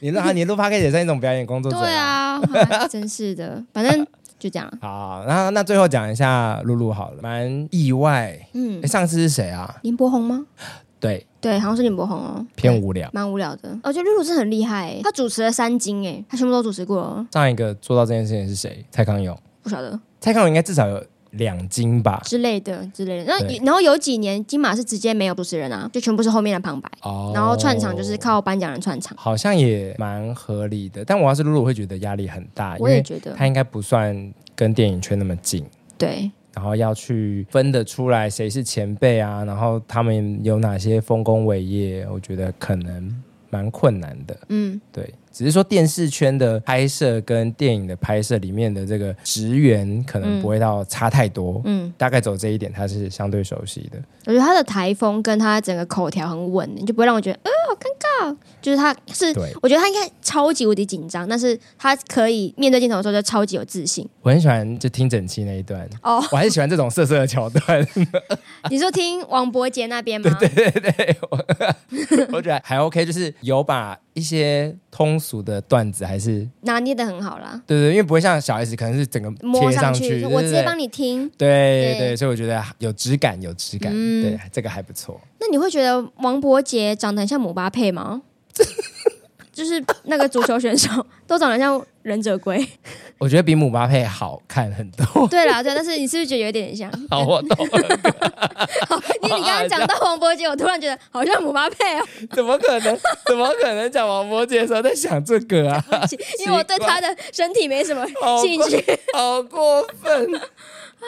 [SPEAKER 1] 你录啊，你录 p o d c a 也算一种表演工作者。
[SPEAKER 2] 对。啊，哎 *laughs* 真是的，反正就这样。
[SPEAKER 1] 好，那那最后讲一下露露好了，蛮意外。
[SPEAKER 2] 嗯
[SPEAKER 1] 诶，上次是谁啊？
[SPEAKER 2] 林柏宏吗？
[SPEAKER 1] 对，
[SPEAKER 2] 对，好像是林柏宏哦，
[SPEAKER 1] 偏无聊。
[SPEAKER 2] 蛮无聊的。我觉得露露是很厉害欸，她主持了三金哎，她全部都主持过哦，
[SPEAKER 1] 上一个做到这件事情是谁？蔡康永。
[SPEAKER 2] 不晓得
[SPEAKER 1] 蔡康永应该至少有两斤吧？
[SPEAKER 2] 之类的之类的。
[SPEAKER 1] 对
[SPEAKER 2] 那然后有几年金马是直接没有主持人啊，就全部是后面的旁白，
[SPEAKER 1] 哦。
[SPEAKER 2] 然后串场就是。靠颁奖人串场。
[SPEAKER 1] 好像也蛮合理的，但我要是露露，我会觉得压力很大，啊因
[SPEAKER 2] 我也
[SPEAKER 1] 为
[SPEAKER 2] 觉得，
[SPEAKER 1] 他应该不算跟电影圈那么近。
[SPEAKER 2] 对
[SPEAKER 1] 然后要去分得出来谁是前辈啊，然后他们有哪些丰功伟业，我觉得可能蛮困难的。
[SPEAKER 2] 嗯，
[SPEAKER 1] 对，只是说电视圈的拍摄跟电影的拍摄里面的这个职员可能
[SPEAKER 2] 嗯
[SPEAKER 1] 不会到差太多，
[SPEAKER 2] 嗯，
[SPEAKER 1] 大概走这一点他是相对熟悉的。
[SPEAKER 2] 我觉得他的台风跟他整个口条很稳，你就不会让我觉得，呃，好尴尬。就是他是
[SPEAKER 1] 对，
[SPEAKER 2] 我觉得他应该超级无敌紧张，但是他可以面对镜头的时候就超级有自信。
[SPEAKER 1] 我很喜欢就听整期那一段，
[SPEAKER 2] 哦，
[SPEAKER 1] *laughs* 我还是喜欢这种色色的桥段。 *laughs*
[SPEAKER 2] 你说听王伯杰那边吗？
[SPEAKER 1] 啊对对对，我我觉得还 OK，就是有把一些通俗的段子还是
[SPEAKER 2] 拿捏的很好啦，
[SPEAKER 1] 对对，因为不会像小 S 可能是整个
[SPEAKER 2] 摸
[SPEAKER 1] 贴上
[SPEAKER 2] 去，
[SPEAKER 1] 去，
[SPEAKER 2] 说我直接帮
[SPEAKER 1] 你。
[SPEAKER 2] 你听。
[SPEAKER 1] 对
[SPEAKER 2] 对
[SPEAKER 1] 对，所以我觉得有质感，有质感，
[SPEAKER 2] 嗯
[SPEAKER 1] 对，这个还不错。
[SPEAKER 2] 那你会觉得王伯杰长得很像姆巴佩吗？ *laughs* 就是那个足球选手都长得像忍者龟。
[SPEAKER 1] 我觉得比姆巴佩好看很多。
[SPEAKER 2] 对啦，对，但是你是不是觉得有点像？
[SPEAKER 1] 好，我懂了，
[SPEAKER 2] 因 *laughs* 为你刚刚讲到王伯杰，我突然觉得好像姆巴
[SPEAKER 1] *laughs*
[SPEAKER 2] 佩哦，
[SPEAKER 1] *laughs* 怎么可能？怎么可能讲王伯杰的时候在想这个
[SPEAKER 2] *laughs*
[SPEAKER 1] 啊？
[SPEAKER 2] 因为我对他的身体没什么
[SPEAKER 1] 好
[SPEAKER 2] 兴
[SPEAKER 1] *laughs*
[SPEAKER 2] 趣。
[SPEAKER 1] 好过
[SPEAKER 2] *laughs*
[SPEAKER 1] 分！
[SPEAKER 2] 啊，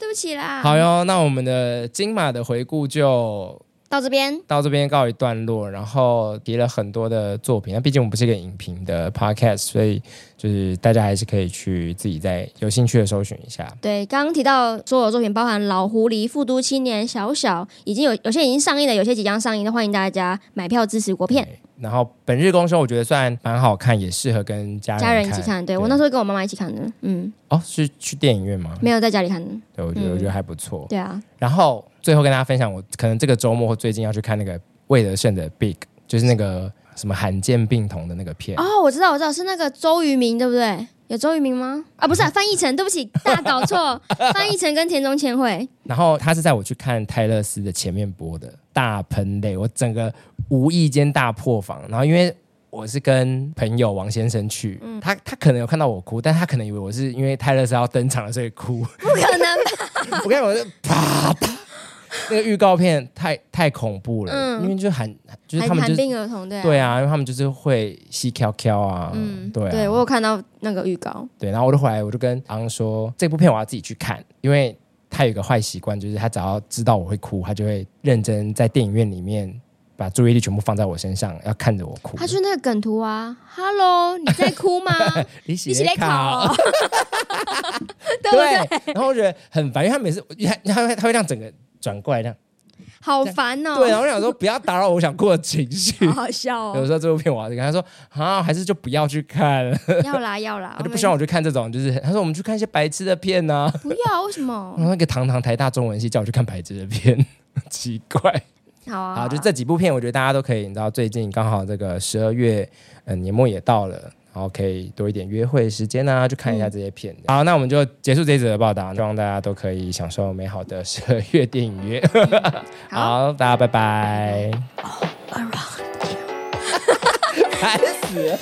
[SPEAKER 2] 对不起啦。
[SPEAKER 1] 好哟，那我们的金马的回顾就
[SPEAKER 2] 到这边，
[SPEAKER 1] 到这边告一段落，然后提了很多的作品，那毕竟我们不是一个影评的 podcast，所以就是大家还是可以去自己在有兴趣的搜寻一下。
[SPEAKER 2] 对，刚刚提到所有作品，包含《老狐狸》《复都青年》《小小》，已经有有些已经上映了，有些即将上映的，欢迎大家买票支持国片。
[SPEAKER 1] 然后《本日公休》我觉得算蛮好看，也适合跟家人
[SPEAKER 2] 家人一起看，对我那时
[SPEAKER 1] 候
[SPEAKER 2] 候跟我妈妈一起看的，嗯，
[SPEAKER 1] 哦是去电影院吗？
[SPEAKER 2] 没有在家里看的，
[SPEAKER 1] 对，我觉得、
[SPEAKER 2] 嗯
[SPEAKER 1] 我觉得还不错。
[SPEAKER 2] 对啊，
[SPEAKER 1] 然后最后跟大家分享，我可能这个周末或最近要去看那个魏德胜的《Big》，就是那个什么罕见病童的那个片。
[SPEAKER 2] 哦，我知道，我知道是那个周渝民，对不对？有周渝民吗？啊，不是、啊，范逸臣，对不起，大搞
[SPEAKER 1] *laughs*
[SPEAKER 2] 错，范逸臣跟田中千惠，
[SPEAKER 1] 然后他是在我去看泰勒斯的前面播的大喷泪，我整个无意间大破防。然后因为我是跟朋友王先生去，
[SPEAKER 2] 嗯
[SPEAKER 1] 他他可能有看到我哭，但他可能以为我是因为泰勒斯要登场了所以哭。
[SPEAKER 2] 不可能吧？
[SPEAKER 1] 我跟你讲，我就啪啪，那个预告片太太恐怖了，
[SPEAKER 2] 嗯
[SPEAKER 1] 因为就喊就是他
[SPEAKER 2] 寒
[SPEAKER 1] 们
[SPEAKER 2] 寒
[SPEAKER 1] 就是
[SPEAKER 2] 病儿童，对、啊，
[SPEAKER 1] 对啊，因为他们就是会细飘飘啊，
[SPEAKER 2] 嗯，
[SPEAKER 1] 对啊，
[SPEAKER 2] 对我有看到那个预告，
[SPEAKER 1] 对，然后我就回来，我就跟昂说，这部片我要自己去看，因为他有一个坏习惯，就是他只要知道我会哭，他就会认真在电影院里面把注意力全部放在我身上，要看着我哭。
[SPEAKER 2] 他就是那个梗图啊，Hello，你在哭
[SPEAKER 1] *laughs*
[SPEAKER 2] 吗？
[SPEAKER 1] 你
[SPEAKER 2] 你起来
[SPEAKER 1] 考。
[SPEAKER 2] 考，对不对？
[SPEAKER 1] 对，然后我觉得很烦，因为他每次因为他他会他会让整个转过来这样，
[SPEAKER 2] 好烦哦，
[SPEAKER 1] 对，啊然后我想说不要打扰我想哭的情绪
[SPEAKER 2] 好。好笑
[SPEAKER 1] 有 *laughs*
[SPEAKER 2] 哦，
[SPEAKER 1] 时候这部片我要去看，他说啊，还是就不要去看了，
[SPEAKER 2] 要啦要啦，
[SPEAKER 1] 他就
[SPEAKER 2] 我
[SPEAKER 1] 不
[SPEAKER 2] 们
[SPEAKER 1] 希望我去看这种，就是他说我们去看一些白痴的片呐、啊， *laughs*
[SPEAKER 2] 不要，为什么
[SPEAKER 1] *laughs* 然？后那个堂堂台大中文系叫我去看白痴的片，奇怪。
[SPEAKER 2] 好啊，
[SPEAKER 1] 好，就
[SPEAKER 2] 啊
[SPEAKER 1] 这几部片，我觉得大家都可以，你知道最近刚好这个十二月，嗯、年末也到了，然后可以多一点约会时间啊，去看一下这些片。好，那我们就结束这一则的报道，希望大家都可以享受美好的十二月电影月。
[SPEAKER 2] 好
[SPEAKER 1] *laughs* 好，大家 *laughs* 拜拜。烦死了。